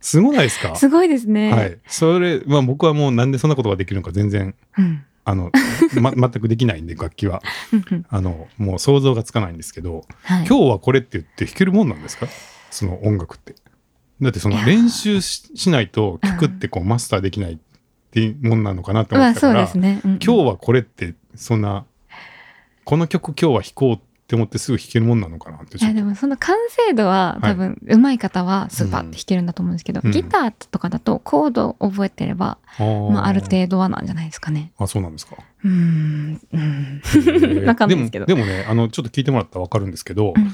Speaker 1: すごないですか
Speaker 2: すごいですね。
Speaker 1: はい。それ、まあ僕はもうなんでそんなことができるのか全然、
Speaker 2: うん。
Speaker 1: あの、ま、 全くできないんで、楽器は。
Speaker 2: うんうん
Speaker 1: あの、もう想像がつかないんですけど、
Speaker 2: はい。
Speaker 1: 今日はこれって言って弾けるもんなんですかその音楽って。だってその
Speaker 2: いやー
Speaker 1: 練習ししないと曲ってこうマスターできないっていうもんなのかなって思
Speaker 2: ま
Speaker 1: っ
Speaker 2: あ
Speaker 1: てたか
Speaker 2: そう
Speaker 1: ら、
Speaker 2: ですね。うんうん
Speaker 1: 今日はこれってそんな、この曲今日は弾こうって思ってすぐ弾けるもんなのかなって
Speaker 2: い
Speaker 1: ちょ
Speaker 2: や
Speaker 1: っと。
Speaker 2: でもその完成度は
Speaker 1: はい
Speaker 2: 多分上手い方はスーパーって弾けるんだと思うんですけど、
Speaker 1: うん
Speaker 2: ギターとかだとコードを覚えてれば、
Speaker 1: あー
Speaker 2: まあ、ある程度はなんじゃないですかね。
Speaker 1: あ、そうなんですか。
Speaker 2: うーんう
Speaker 1: へ
Speaker 2: ん
Speaker 1: ー
Speaker 2: わかん ないですけど。
Speaker 1: でもでもね、あの、ちょっと聞いてもらったらわかるんですけど、
Speaker 2: うん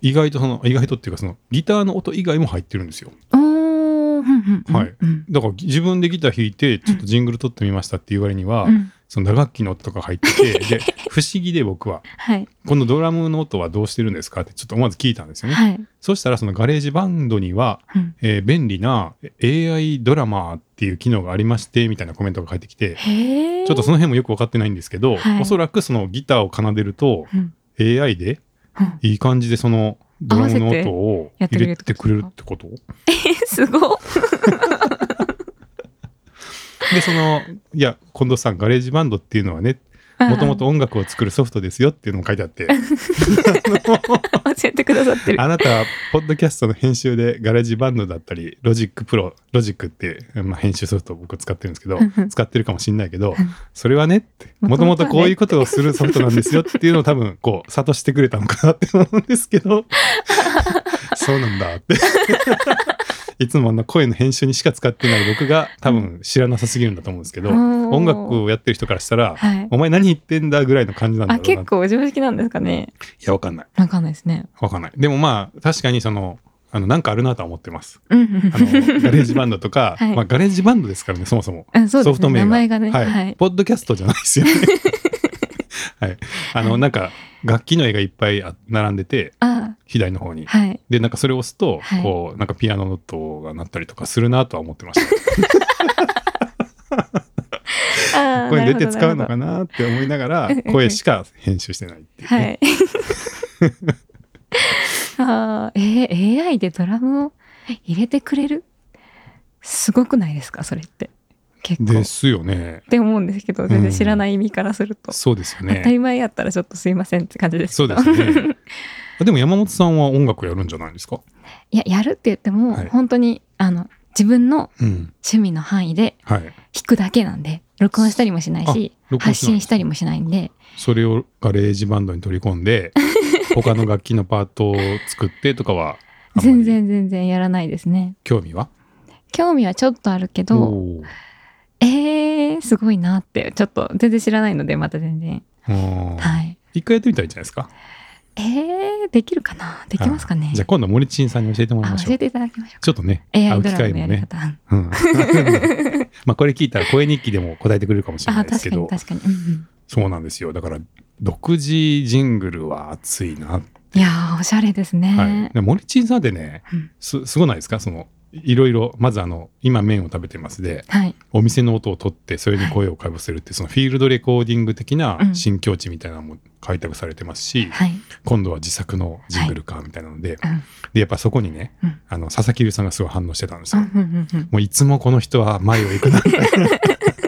Speaker 1: 意外とその、意外とっていうかその、ギターの音以外も入ってるんですよ。
Speaker 2: おーふんふんふん
Speaker 1: はい
Speaker 2: うん
Speaker 1: だから自分でギター弾いて、ちょっとジングル撮ってみましたっていう割には、
Speaker 2: うん
Speaker 1: その打楽器の音とか入って て、で、不思議で僕は、
Speaker 2: はい
Speaker 1: このドラムの音はどうしてるんですかってちょっと思わず聞いたんですよね。
Speaker 2: はい
Speaker 1: そしたらそのガレージバンドには、
Speaker 2: うん
Speaker 1: えー便利な AI ドラマーっていう機能がありまして、みたいなコメントが返ってきて、
Speaker 2: へえ
Speaker 1: ちょっとその辺もよく分かってないんですけど、
Speaker 2: はい
Speaker 1: おそらくそのギターを奏でると、
Speaker 2: うん
Speaker 1: AI で
Speaker 2: うん
Speaker 1: いい感じでそのドラムの音を
Speaker 2: 合わせてやってく
Speaker 1: 入
Speaker 2: れる
Speaker 1: れ
Speaker 2: って
Speaker 1: て
Speaker 2: こと
Speaker 1: くれるってこと
Speaker 2: すご っ
Speaker 1: で、その、いや、近藤さん、ガレージバンドっていうのはね、もともと音楽を作るソフトですよっていうのも書いてあって、
Speaker 2: あ 教えてくださってる
Speaker 1: あなたは、ポッドキャストの編集で、ガレージバンドだったり、ロジックプロ、ロジックって、まあ、編集ソフトを僕使ってるんですけど
Speaker 2: うんうん、
Speaker 1: 使ってるかもしれないけど
Speaker 2: うん、
Speaker 1: それはねって、も
Speaker 2: 元
Speaker 1: と
Speaker 2: 々はね
Speaker 1: もとこういうことをするソフトなんですよっていうのを多分、こう、諭してくれたのかなって思うんですけ ど、そうなんだって。 いつもあの声の編集にしか使ってない僕が多分知らなさすぎるんだと思うんですけど、 音
Speaker 2: 音
Speaker 1: 楽をやってる人からしたら、
Speaker 2: はい
Speaker 1: お前何言ってんだぐらいの感じなんだ
Speaker 2: あ
Speaker 1: ろうな
Speaker 2: 結
Speaker 1: って。
Speaker 2: 構常識なんですかね
Speaker 1: いや、わかんない。
Speaker 2: わかんないですね
Speaker 1: わかんない。でもまあ、確かにその、あの、なんかあるなとは思ってます。
Speaker 2: うん
Speaker 1: あ の、ガレージバンドとか、
Speaker 2: はい
Speaker 1: まあ、ガレージバンドですからね、そもそも。
Speaker 2: うんそう
Speaker 1: ソ
Speaker 2: で
Speaker 1: フ
Speaker 2: す
Speaker 1: ト名
Speaker 2: ね
Speaker 1: が。
Speaker 2: 名前がね
Speaker 1: はい。
Speaker 2: はい
Speaker 1: ポッドキャストじゃないですよ ね。はい。あの、なんか、楽器の絵がいっぱいあ並んでて、
Speaker 2: あ
Speaker 1: 左の方に。
Speaker 2: はい
Speaker 1: で、なんかそれを押すと、
Speaker 2: はい
Speaker 1: こう、なんかピアノの音が鳴ったりとかするなとは思ってま した。
Speaker 2: あー
Speaker 1: これ
Speaker 2: な
Speaker 1: 出
Speaker 2: るほ
Speaker 1: て
Speaker 2: ど
Speaker 1: 使うの
Speaker 2: なる
Speaker 1: かなって思いながら
Speaker 2: うんうん う、ん
Speaker 1: 声しか編集してないっていう
Speaker 2: ほど
Speaker 1: ね、
Speaker 2: はい あーえー AI でドラムを入れてくれるすごくないですかそれって結構
Speaker 1: で
Speaker 2: っ
Speaker 1: すよね。
Speaker 2: て思うんですけど全然知らない意味からすると、
Speaker 1: そうですよ
Speaker 2: 当た
Speaker 1: ね。
Speaker 2: り前やったらちょっとすいませんって感じです
Speaker 1: そ
Speaker 2: け
Speaker 1: う
Speaker 2: ど
Speaker 1: ですね。あでも山本さんは音楽やるんじゃないですか
Speaker 2: いややるって言っても、
Speaker 1: はい
Speaker 2: 本当にあの自分の
Speaker 1: うん。
Speaker 2: 趣味の範囲で
Speaker 1: はい。
Speaker 2: 弾くだけなんで録音したりもしないし
Speaker 1: あ録音しない
Speaker 2: 発信したりもしないんで
Speaker 1: それをガレージバンドに取り込ん で、他の楽器のパートを作ってとかは、あんまり
Speaker 2: 全然全然やらないですね
Speaker 1: 興味は
Speaker 2: 興味はちょっとあるけど
Speaker 1: おー
Speaker 2: えー、すごいなってちょっと全然知らないのでまた全然
Speaker 1: うん
Speaker 2: はい
Speaker 1: 一回やってみたらいいんじゃないですか
Speaker 2: えー、できるかなできますかね
Speaker 1: じゃあ今度森珍さんに教えてもらい
Speaker 2: あ
Speaker 1: ましょう
Speaker 2: 教え。ていただきましょう
Speaker 1: ちょっとね、会
Speaker 2: AI
Speaker 1: う機
Speaker 2: ドラム
Speaker 1: 会
Speaker 2: のや
Speaker 1: も
Speaker 2: り
Speaker 1: ね。
Speaker 2: 方、
Speaker 1: うん まあこれ聞いたら声日記でも答えてくれるかもしれな
Speaker 2: あ
Speaker 1: いですけ
Speaker 2: 確かに
Speaker 1: ど、
Speaker 2: 確かに、うんうん
Speaker 1: そうなんですよ。だから、独自ジングルは熱いな。
Speaker 2: いやーおしゃれですね、
Speaker 1: はい。で森珍さんでね
Speaker 2: うん、
Speaker 1: す、すごないですかその、いろいろ、まずあの、今麺を食べてますで、
Speaker 2: はい
Speaker 1: お店の音を取ってそれに声をかぶせるって、そのフィールドレコーディング的な
Speaker 2: うん
Speaker 1: 新境地みたいなのも開拓されてますし、
Speaker 2: はい、
Speaker 1: 今度は自作のジングルカーみたいなので、
Speaker 2: うん
Speaker 1: でやっぱそこにね、
Speaker 2: うん
Speaker 1: あの佐々木留さんがすごい反応してたんです
Speaker 2: う
Speaker 1: よ。
Speaker 2: んうんうんうん
Speaker 1: もういつもこの人は前を行くなみたいな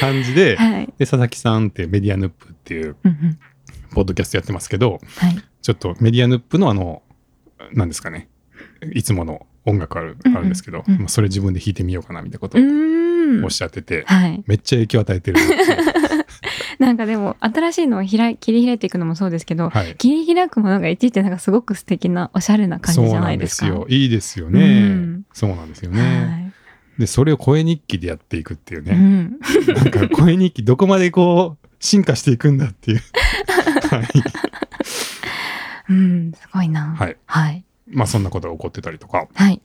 Speaker 1: 感じで,、
Speaker 2: はい。
Speaker 1: で佐々木さんってメディアヌップっていう
Speaker 2: うんうん
Speaker 1: ポッドキャストやってますけど
Speaker 2: はい。
Speaker 1: ちょっとメディアヌップのあの何ですかねいつもの音楽あるあるんですけど、
Speaker 2: うんうん
Speaker 1: まあ、それ自分で弾いてみようかなみたいなこと
Speaker 2: う
Speaker 1: を
Speaker 2: ーん
Speaker 1: おっ。しゃってて、
Speaker 2: はい。
Speaker 1: めっちゃ影響与えてるなっていう
Speaker 2: なんかでも、新しいのを開い切り開いていくのもそうですけど、
Speaker 1: はい
Speaker 2: 切り開くものがいちいちなんかすごく素敵な、おしゃれな感
Speaker 1: そ
Speaker 2: じ
Speaker 1: う
Speaker 2: じゃ
Speaker 1: な
Speaker 2: なんい
Speaker 1: で
Speaker 2: です
Speaker 1: す
Speaker 2: か。
Speaker 1: よいいですよね、
Speaker 2: うん
Speaker 1: そうなんですよね、
Speaker 2: ね。
Speaker 1: でそれを声日記でやっていくっていう
Speaker 2: う
Speaker 1: ね、
Speaker 2: ん。
Speaker 1: なんか声日記どこまでこう進化していくんだっていう はい
Speaker 2: うん。すごいな。
Speaker 1: はい。
Speaker 2: はい。
Speaker 1: まあそんなことが起こってたりとか
Speaker 2: はい。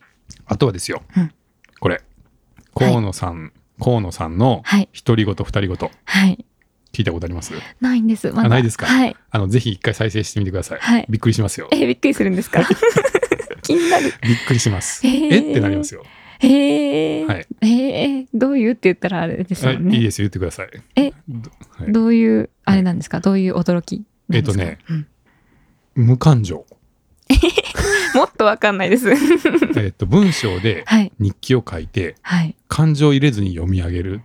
Speaker 1: あとはですよ、
Speaker 2: うん
Speaker 1: これ河野さん、河野さんの
Speaker 2: はい。
Speaker 1: 独り言二人言
Speaker 2: はい。
Speaker 1: 聞いたことあります
Speaker 2: ないんです。ま
Speaker 1: あ
Speaker 2: だ。
Speaker 1: ないですか
Speaker 2: はい。
Speaker 1: あのぜひ一回再生してみてください、
Speaker 2: はい
Speaker 1: びっくりしますよ
Speaker 2: え、びっくりするんですか 気になる。
Speaker 1: びっくりします
Speaker 2: へ
Speaker 1: え
Speaker 2: ー
Speaker 1: ってなりますよ
Speaker 2: えへえ、
Speaker 1: はい
Speaker 2: へえどういうって言ったらあれです
Speaker 1: あ
Speaker 2: よね。
Speaker 1: いいですよ、言ってください。
Speaker 2: え
Speaker 1: どはい
Speaker 2: どういうあれなんですか、どういう驚きなんですか
Speaker 1: えっ
Speaker 2: とね、
Speaker 1: 無感情。
Speaker 2: うんもっとわかんない です。
Speaker 1: えっと、文章で
Speaker 2: はい
Speaker 1: 日記を書いて、
Speaker 2: はい。
Speaker 1: 感情を入れずに読み上げる。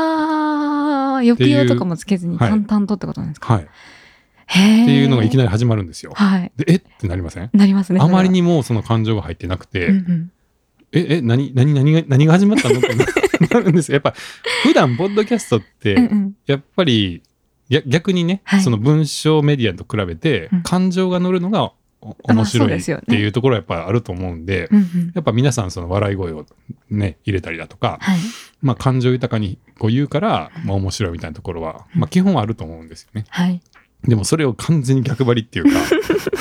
Speaker 2: ああ抑揚とかもつけずに
Speaker 1: っていうはい
Speaker 2: 淡々とってことなんですか。
Speaker 1: はい。っ
Speaker 2: へえ。
Speaker 1: ていうのがいき
Speaker 2: な
Speaker 1: なり始まるんですよ。
Speaker 2: はい
Speaker 1: で、えってなりません
Speaker 2: なりますね。
Speaker 1: あまり
Speaker 2: そ
Speaker 1: にもその感情が入ってなくて、
Speaker 2: れは。うんうん
Speaker 1: え、え、何、何、何が、何が始まったのってな なるんですよ。やっぱ、普段、ポッドキャストっ
Speaker 2: うん
Speaker 1: て
Speaker 2: う、ん
Speaker 1: やっぱり、や逆にね、
Speaker 2: はい
Speaker 1: その文章メディアと比べて
Speaker 2: うん、
Speaker 1: 感情が乗るのがお
Speaker 2: あま
Speaker 1: 面
Speaker 2: あそ
Speaker 1: 白
Speaker 2: う
Speaker 1: い
Speaker 2: で
Speaker 1: っ
Speaker 2: すよね
Speaker 1: ていうところはやっぱあると思うんで、
Speaker 2: うんうん
Speaker 1: やっぱ皆さんその笑い声をね、入れたりだとか、
Speaker 2: はい。
Speaker 1: まあ感情豊かにこう言うから、まあ面白いみたいなところは、まあ基本はあると思うんですよね。
Speaker 2: はい。
Speaker 1: でもそれを完全に逆張りって いうか、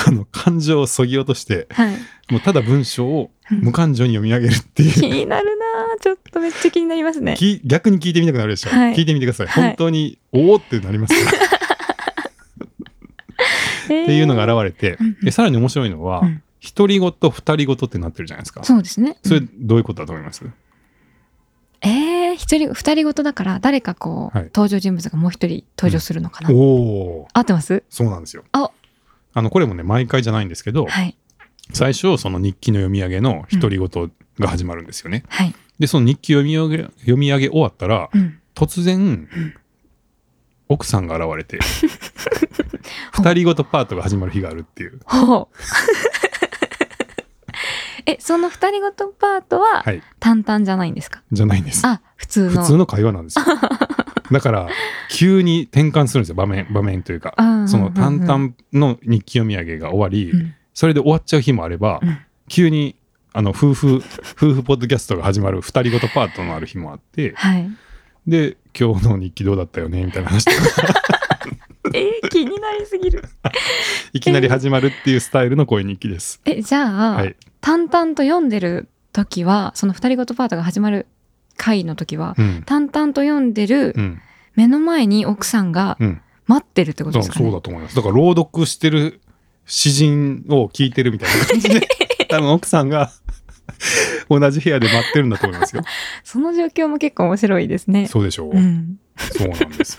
Speaker 1: あの、感情をそぎ落として、
Speaker 2: はい。
Speaker 1: もうただ文章を
Speaker 2: うん
Speaker 1: 無感情に読み上げるっていう。
Speaker 2: 気になるなあちょっとめっちゃ気になります ね。
Speaker 1: き逆に聞いてみたくなるでしょ、
Speaker 2: はい
Speaker 1: 聞いてみてください、
Speaker 2: はい
Speaker 1: 本当におおってなり ますから
Speaker 2: っ
Speaker 1: っていうのが現れて、
Speaker 2: うんうん
Speaker 1: でさらに面白いのは
Speaker 2: うん
Speaker 1: 独り、言二人言ってなってるじゃないですかそ
Speaker 2: そうですね。
Speaker 1: れ
Speaker 2: うん
Speaker 1: どういうことだと思います、
Speaker 2: えー、一人二人ごとだから誰かこう、
Speaker 1: はい
Speaker 2: 登場人物がもう一人登場するのかな、
Speaker 1: おお
Speaker 2: 合ってます
Speaker 1: そうなんですよ
Speaker 2: あ
Speaker 1: あのこれもね毎回じゃないんですけど、
Speaker 2: はい
Speaker 1: 最初その日記の読み上げの独り言が始まるんですよね、
Speaker 2: はい、
Speaker 1: でその日記読み上げ読み上げ終わったら
Speaker 2: うん、
Speaker 1: 突然
Speaker 2: ん
Speaker 1: 奥さんが現れ て二人ごとパートが始まる日があるっていう
Speaker 2: ほう えその二人ごとパートは
Speaker 1: はい
Speaker 2: 淡々じゃないんですか、
Speaker 1: じゃないんです
Speaker 2: あ普通の
Speaker 1: 普通の会話なん ですよ。だから急に転換するんですよ場面場面というか、
Speaker 2: あー
Speaker 1: その淡々の日記読み上げが終わり、
Speaker 2: うん
Speaker 1: それで終わっちゃう日もあれば、
Speaker 2: うん
Speaker 1: 急にあの夫婦夫婦ポッドキャストが始まる二人ごとパートのある日もあって
Speaker 2: はい
Speaker 1: で今日の日記どうだったよねみたいな話と か
Speaker 2: えー気になりすぎる
Speaker 1: いきなり始まるっていうスタイルの声日記です。
Speaker 2: えじゃあ、
Speaker 1: はい、
Speaker 2: 淡々と読んでる時はその二人ごとパートが始まる回の時は、
Speaker 1: うん
Speaker 2: 淡々と読んでる
Speaker 1: うん
Speaker 2: 目の前に奥さんが
Speaker 1: うん、
Speaker 2: 待ってるってこ
Speaker 1: だから
Speaker 2: とですかね、
Speaker 1: そうだと思いますだから朗読してる詩人を聞いてるみたいな感 じで多分奥さんが 同じ部屋で待ってるんだと思いますよ
Speaker 2: その状況も結構面白いですね。
Speaker 1: そうでしょう、
Speaker 2: うん、
Speaker 1: そうなんです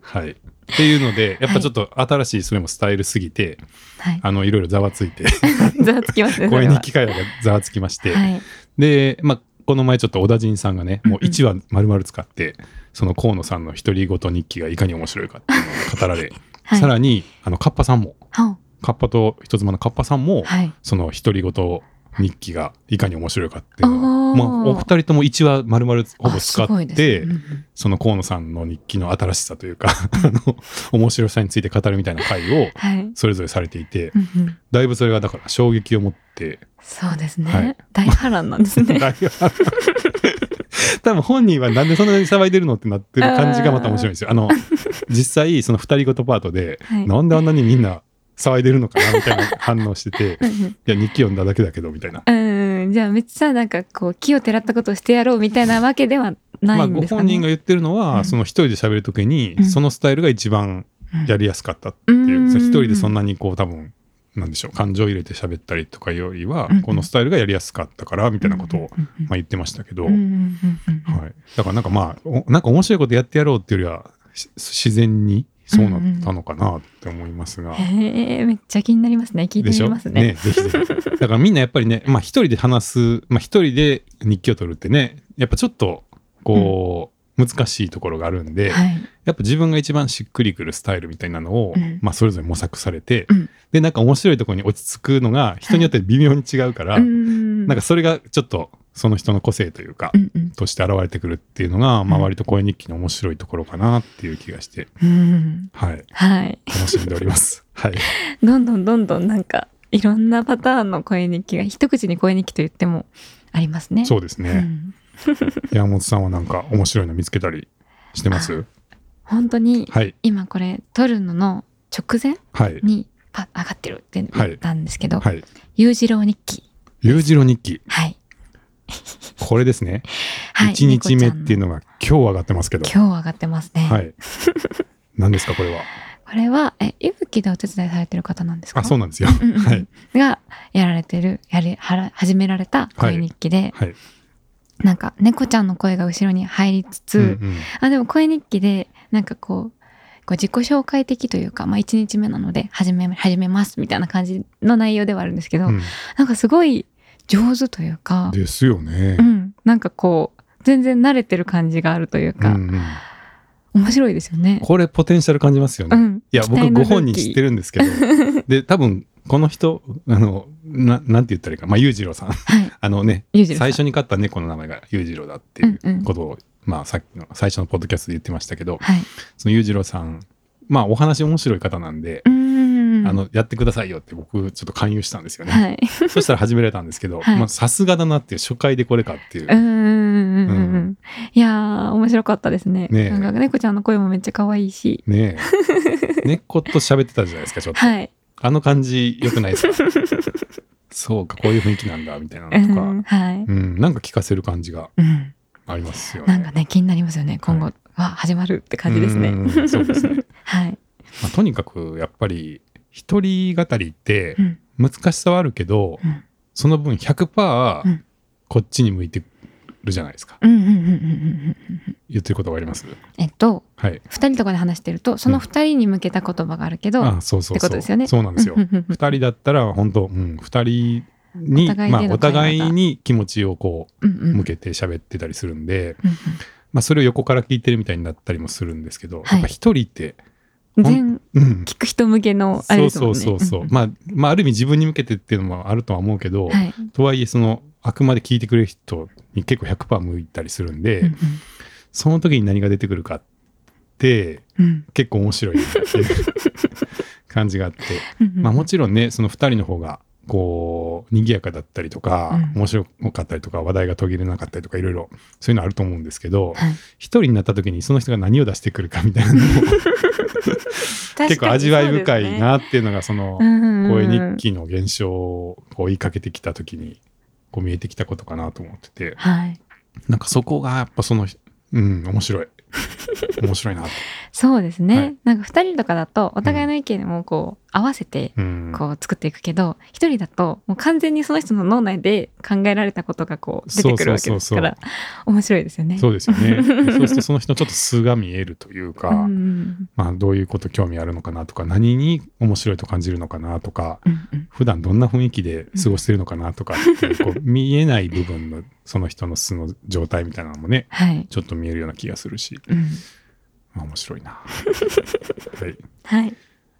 Speaker 1: はいっていうのでやっぱちょっと新しいそれもスタイルすぎて、
Speaker 2: はい。
Speaker 1: あのいろいろざわついて
Speaker 2: ざわつきますね。
Speaker 1: 公
Speaker 2: それ
Speaker 1: 演
Speaker 2: は
Speaker 1: に機会がざわつきまして、
Speaker 2: はい。
Speaker 1: でまあこの前ちょっと小田陣さんがねもう
Speaker 2: うんうん
Speaker 1: 1話丸々使って、その河野さんの独り言日記がいかに面白いかっていうのを語られ、
Speaker 2: はい。
Speaker 1: さらにあのカッパさんも
Speaker 2: は
Speaker 1: カッパと人妻のカッパさんも、
Speaker 2: おはい。
Speaker 1: その独り言日記がいかに面白いかっていうの
Speaker 2: お
Speaker 1: を、
Speaker 2: ー
Speaker 1: まあ、お二人とも1話丸々ほぼ
Speaker 2: あ
Speaker 1: 使
Speaker 2: すごい
Speaker 1: っ
Speaker 2: です
Speaker 1: て、
Speaker 2: ねうん
Speaker 1: その河野さんの日記の新しさというか あの面白さについて語るみたいな回を
Speaker 2: はい。うん
Speaker 1: それぞれされていて
Speaker 2: うん
Speaker 1: だいぶそれがだから衝撃を持って
Speaker 2: そうですね。
Speaker 1: はい
Speaker 2: 大波乱なんです
Speaker 1: だ い
Speaker 2: ね。
Speaker 1: ぶ多分本人はなんでそんなに騒いでるのってなってる感じがまた面白いんですよ。あの実際その二人ごとパート で、
Speaker 2: はい。うん
Speaker 1: なんであんなにみんな騒いでるのかなみたいな反応してて
Speaker 2: うん
Speaker 1: いや日記読んだだけだけどみたいな。
Speaker 2: うん、じゃあめっちゃなんかこう木をてらったことをしてやろうみたいなわけではな
Speaker 1: まあ、
Speaker 2: いん
Speaker 1: ご
Speaker 2: ですか
Speaker 1: 本人が
Speaker 2: ね。
Speaker 1: 言ってるのは、
Speaker 2: うん
Speaker 1: その一人で喋るときに、
Speaker 2: うん
Speaker 1: そのスタイルが一番やりやすかったっていうう、
Speaker 2: ん
Speaker 1: その一人でそんなにこう多分なんでしょう感情入れて喋ったりとかよりは、
Speaker 2: うん
Speaker 1: このスタイルがやりやすかったからみたいなことを、
Speaker 2: うんうん
Speaker 1: まあ、言ってましたけど、
Speaker 2: うんうんうんうん
Speaker 1: はい、だからなんかまあおなんか面白いことやってやろうっていうよりはし自然にそうなったのかなって思いますが。
Speaker 2: へえめっちゃ気になりますね。聞いて
Speaker 1: でし
Speaker 2: み
Speaker 1: ょ
Speaker 2: ますね。
Speaker 1: ぜひぜひ。だからみんなやっぱり ね、まあ一人で話す、まあ一人で日記を取るってね、やっぱちょっと、こう、難しいところがあるんで、
Speaker 2: はい。
Speaker 1: やっぱ自分が一番しっくりくるスタイルみたいなのを、
Speaker 2: うん
Speaker 1: まあそれぞれ模索されて、
Speaker 2: うん
Speaker 1: で、なんか面白いところに落ち着くのが人によって微妙に違うから、
Speaker 2: うん
Speaker 1: なんかそれがちょっとその人の個性というか、
Speaker 2: うんうん
Speaker 1: として現れてくるっていうのが、まあ
Speaker 2: うん
Speaker 1: 割と声日記の面白いところかなっていう気がして、
Speaker 2: うん
Speaker 1: はい、
Speaker 2: はい。
Speaker 1: 楽しんでおり ます。はい。
Speaker 2: どんどんどんどんなんかいろんなパターンの声日記が一口に声日記と言ってもありますね。
Speaker 1: そうですね。
Speaker 2: うん
Speaker 1: 山本さんはなんか面白いの見つけたりしてます
Speaker 2: 本当に
Speaker 1: はい
Speaker 2: 今これ撮るのの直前
Speaker 1: はい
Speaker 2: にパッ上がってるって言ったんですけど
Speaker 1: はい
Speaker 2: 「裕次郎日記
Speaker 1: 裕次郎日記」
Speaker 2: はい。
Speaker 1: これですね、
Speaker 2: はい、
Speaker 1: 一1日目っていう
Speaker 2: う
Speaker 1: のが今日上がってますけど
Speaker 2: 今日上がってますね、
Speaker 1: はい何ですかこれは
Speaker 2: これは、え、いぶきでお手伝いされてる方なんですか
Speaker 1: あ、そうなんですよ。
Speaker 2: うんうん
Speaker 1: は
Speaker 2: うん
Speaker 1: い。
Speaker 2: がやられてるやりはら始められた声日記で、
Speaker 1: はい。
Speaker 2: なんか猫ちゃんの声が後ろに入りつつ、
Speaker 1: うんうん
Speaker 2: あでも声日記でなんかこうこう自己紹介的というか、まあ、1日目なので始め始めますみたいな感じの内容ではあるんですけど、
Speaker 1: うん
Speaker 2: なんかすごい上手というか、
Speaker 1: ですよね
Speaker 2: う。ん、なんかこう全然慣れてる感じがあるという
Speaker 1: う
Speaker 2: か、
Speaker 1: んうん
Speaker 2: 面白いですよね。
Speaker 1: これポテンシャル感じますよ
Speaker 2: う
Speaker 1: ね。
Speaker 2: ん、
Speaker 1: いや、僕ご本人知って
Speaker 2: る。
Speaker 1: るんですけど、で、多分この人、あの、ななんて言ったらいいか、まあ、裕次郎さん。
Speaker 2: はい、
Speaker 1: あのね、
Speaker 2: 裕次郎さ
Speaker 1: 最
Speaker 2: ん
Speaker 1: 初に飼った猫の名前が裕次郎だっていう
Speaker 2: うんうん
Speaker 1: ことを、まあ、さっきの最初のポッドキャストで言ってましたけど、
Speaker 2: はい、
Speaker 1: その裕次郎さん、まあ、お話面白い方なんで
Speaker 2: う、ーん
Speaker 1: あの、やってくださいよって僕、ちょっと勧誘したんですよね。
Speaker 2: はい、
Speaker 1: そしたら始められたんですけど、
Speaker 2: はい
Speaker 1: まあさすがだなっていう、初回でこれかっていうう。
Speaker 2: んうんうんうんいやー面白かったですね。
Speaker 1: ねえ
Speaker 2: なんか猫ちゃんの声もめっちゃ可愛いし。
Speaker 1: ねえ。猫と喋ってたじゃないですか、ちょっと。
Speaker 2: はい。
Speaker 1: あの感じ良くない ですかそうか、こういう雰囲気なんだ、みたいな
Speaker 2: う
Speaker 1: のと
Speaker 2: ん
Speaker 1: か。
Speaker 2: はい。
Speaker 1: うん、なんか聞かせる感じが
Speaker 2: うん。
Speaker 1: ありますよね。
Speaker 2: なんかね気になりますよね。今後
Speaker 1: は
Speaker 2: は始まるって感じですね。
Speaker 1: うんそうですね。
Speaker 2: はい。
Speaker 1: まあ、とにかく、やっぱり、一人語りって
Speaker 2: うん
Speaker 1: 難しさはあるけど、
Speaker 2: うん
Speaker 1: その分100%、
Speaker 2: うん
Speaker 1: こっちに向いてるじゃないですか。
Speaker 2: うんうんうんうんうんうんうん。
Speaker 1: 言ってることがあります
Speaker 2: えっと
Speaker 1: はい。
Speaker 2: 二人とかで話してるとその二人に向けた言葉があるけど。
Speaker 1: あそうそうそう。
Speaker 2: ってことですよね
Speaker 1: そうなんですよ
Speaker 2: う。んうんうん
Speaker 1: 2人だったら本当、うん、2人に
Speaker 2: お互いでの会話
Speaker 1: ま
Speaker 2: だ
Speaker 1: あ、お互いに気持ちをこ
Speaker 2: うんう
Speaker 1: うん向けて喋ってたりするんで、
Speaker 2: うん
Speaker 1: まあ、それを横から聞いてるみたいになったりもするんですけど、
Speaker 2: はい
Speaker 1: やっぱ一人って、
Speaker 2: うん全
Speaker 1: うん、
Speaker 2: 聞く人向けのあれ
Speaker 1: そ
Speaker 2: で
Speaker 1: う
Speaker 2: す
Speaker 1: そ
Speaker 2: もん
Speaker 1: う
Speaker 2: ね。
Speaker 1: そうそう、
Speaker 2: んん
Speaker 1: まあ、まあある意味自分に向けてっていうのもあるとは思うけど、
Speaker 2: はい。
Speaker 1: とはいえそのあくまで聞いてくれる人に結構100%向いたりするんで、
Speaker 2: うんうん
Speaker 1: その時に何が出てくるかって
Speaker 2: うん
Speaker 1: 結構面白いなっていう感じがあって。
Speaker 2: うんうん
Speaker 1: まあ、もちろんねその2人の方がこう賑やかだったりとか、
Speaker 2: うん
Speaker 1: 面白かったりとか話題が途切れなかったりとかいろいろそういうのあると思うんですけど
Speaker 2: はい
Speaker 1: 一人になった時にその人が何を出してくるかみたい なのも結構味わい深い。なっていうのがその
Speaker 2: 声
Speaker 1: 声日記の現象をこう追いかけてきた時にこう見えてきたことかなと思ってて
Speaker 2: はい。
Speaker 1: なんかそこがやっぱそのうん面 白い面白いなって。
Speaker 2: そうですね、
Speaker 1: はい
Speaker 2: なんか2人とかだとお互いの意見もこう合わせて
Speaker 1: うん
Speaker 2: こう作っていくけど、一1人だともう完全にその人の脳内で考えられたことがこう出てくるわけですから
Speaker 1: そ
Speaker 2: 面白いですよね。
Speaker 1: そうですよ ね。そうするとその人のちょっと素が見えるというか、
Speaker 2: うん
Speaker 1: まあ、どういうこと興味あるのかなとか何に面白いと感じるのかなとか
Speaker 2: うんうん
Speaker 1: 普段どんな雰囲気で過ごしてるのかな とかっていうこう見えない部分のその人の素の状態みたいなのもね
Speaker 2: はい、
Speaker 1: ちょっと見えるような気がするし、
Speaker 2: うん
Speaker 1: まあ、面白い な。はい、
Speaker 2: はい、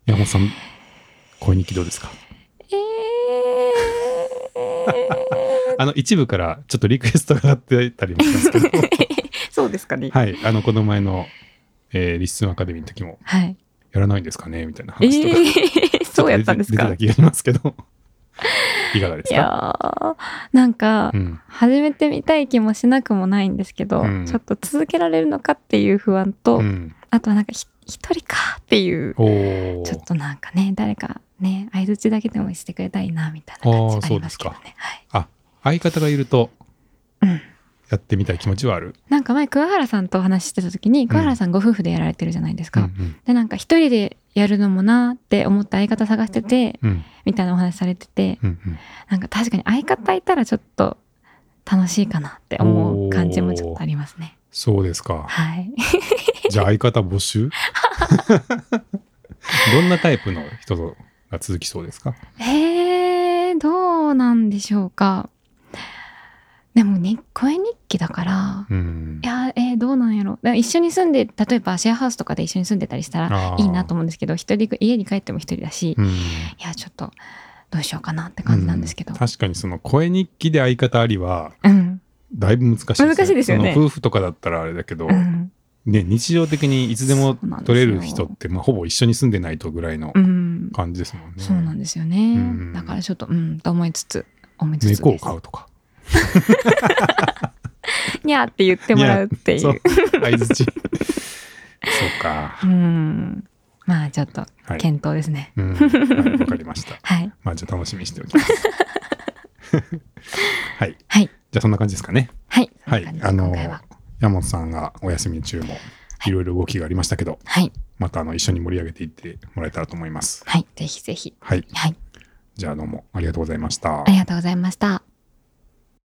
Speaker 1: 山本さん声日記どうですか
Speaker 2: えー
Speaker 1: あの一部からちょっとリクエストがあってたりもしたん ですけど
Speaker 2: そうですかね。
Speaker 1: はいあのこの前の、えーリッスンアカデミーの時も
Speaker 2: はい、
Speaker 1: やらないんですかねみたいな
Speaker 2: え
Speaker 1: 話とか、
Speaker 2: ーそうやったんです
Speaker 1: ちょ
Speaker 2: か
Speaker 1: と出て出てた気がしますけど いかがです
Speaker 2: い
Speaker 1: か
Speaker 2: やーなんか、
Speaker 1: うん
Speaker 2: 始めてみたい気もしなくもないんですけど、
Speaker 1: うん
Speaker 2: ちょっと続けられるのかっていう不安と、
Speaker 1: うん
Speaker 2: あとはなんかひ一人かっていう
Speaker 1: おお。
Speaker 2: ちょっとなんかね誰かね相槌だけでもしてくれたらいいなみたいな感
Speaker 1: あー
Speaker 2: じありますけど
Speaker 1: そ
Speaker 2: ねはい
Speaker 1: あ、相方がいると
Speaker 2: うん
Speaker 1: やってみたい気持ちはある。
Speaker 2: なんか前桑原さんとお話ししてた時に桑原さんご夫婦でやられてるじゃないです
Speaker 1: う
Speaker 2: か、
Speaker 1: ん
Speaker 2: でなんか一人でやるのもなーって思って相方探してて
Speaker 1: うんうん
Speaker 2: みたいなお話されてて
Speaker 1: うんうん
Speaker 2: なんか確かに相方いたらちょっと楽しいかなって思う感じもちょっとありますね
Speaker 1: そうです か。
Speaker 2: はい
Speaker 1: じゃあ相方募 集どんなタイプの人が続きそうですか
Speaker 2: えー、どうなんでしょうか。でもね、声日記だから、
Speaker 1: うん
Speaker 2: い。や、えーどうなんやろ。だから一緒に住んで、例えばシェアハウスとかで一緒に住んでたりしたら
Speaker 1: あー
Speaker 2: いいなと思うんですけど、一人家に帰っても一人だし、
Speaker 1: うん
Speaker 2: いや、ちょっとどうしようかなって感じなんですけど
Speaker 1: う。確かにその声日記で相方ありは
Speaker 2: うん。
Speaker 1: だいぶ難しいです
Speaker 2: 難しいですよね
Speaker 1: その夫婦とかだったらあれだけど、
Speaker 2: うん。
Speaker 1: ね、日常的にいつでも
Speaker 2: そうなんですよ
Speaker 1: 取れる人って、まあ、ほぼ一緒に住んでないとぐらいの
Speaker 2: うん。
Speaker 1: 感じですもんね。
Speaker 2: そうなんですよね。
Speaker 1: うん
Speaker 2: だからちょっと、うん、と思いつつ、思いつつです。
Speaker 1: 猫を飼うとか。
Speaker 2: にゃーって言ってもらうってい
Speaker 1: そうう。相づ ちそうか
Speaker 2: う。ん。まあ、ちょっと
Speaker 1: はい。
Speaker 2: 検討ですね。
Speaker 1: うん、はいわかりました。
Speaker 2: はい。
Speaker 1: まあじゃあ楽しみにしておき ます。はい。
Speaker 2: はい
Speaker 1: じゃあそんな感じですかね。
Speaker 2: はい。そん
Speaker 1: は
Speaker 2: ない感じ。です
Speaker 1: あの
Speaker 2: 今回は。
Speaker 1: 山本さんがお休み中も
Speaker 2: はい
Speaker 1: いろいろ動きがありましたけど、
Speaker 2: はい。
Speaker 1: またあの一緒に盛り上げていってもらえたらと思います。
Speaker 2: はい。ぜひぜひ。
Speaker 1: はい。
Speaker 2: はい。
Speaker 1: じゃあどうもありがとうございました。
Speaker 2: ありがとうございました。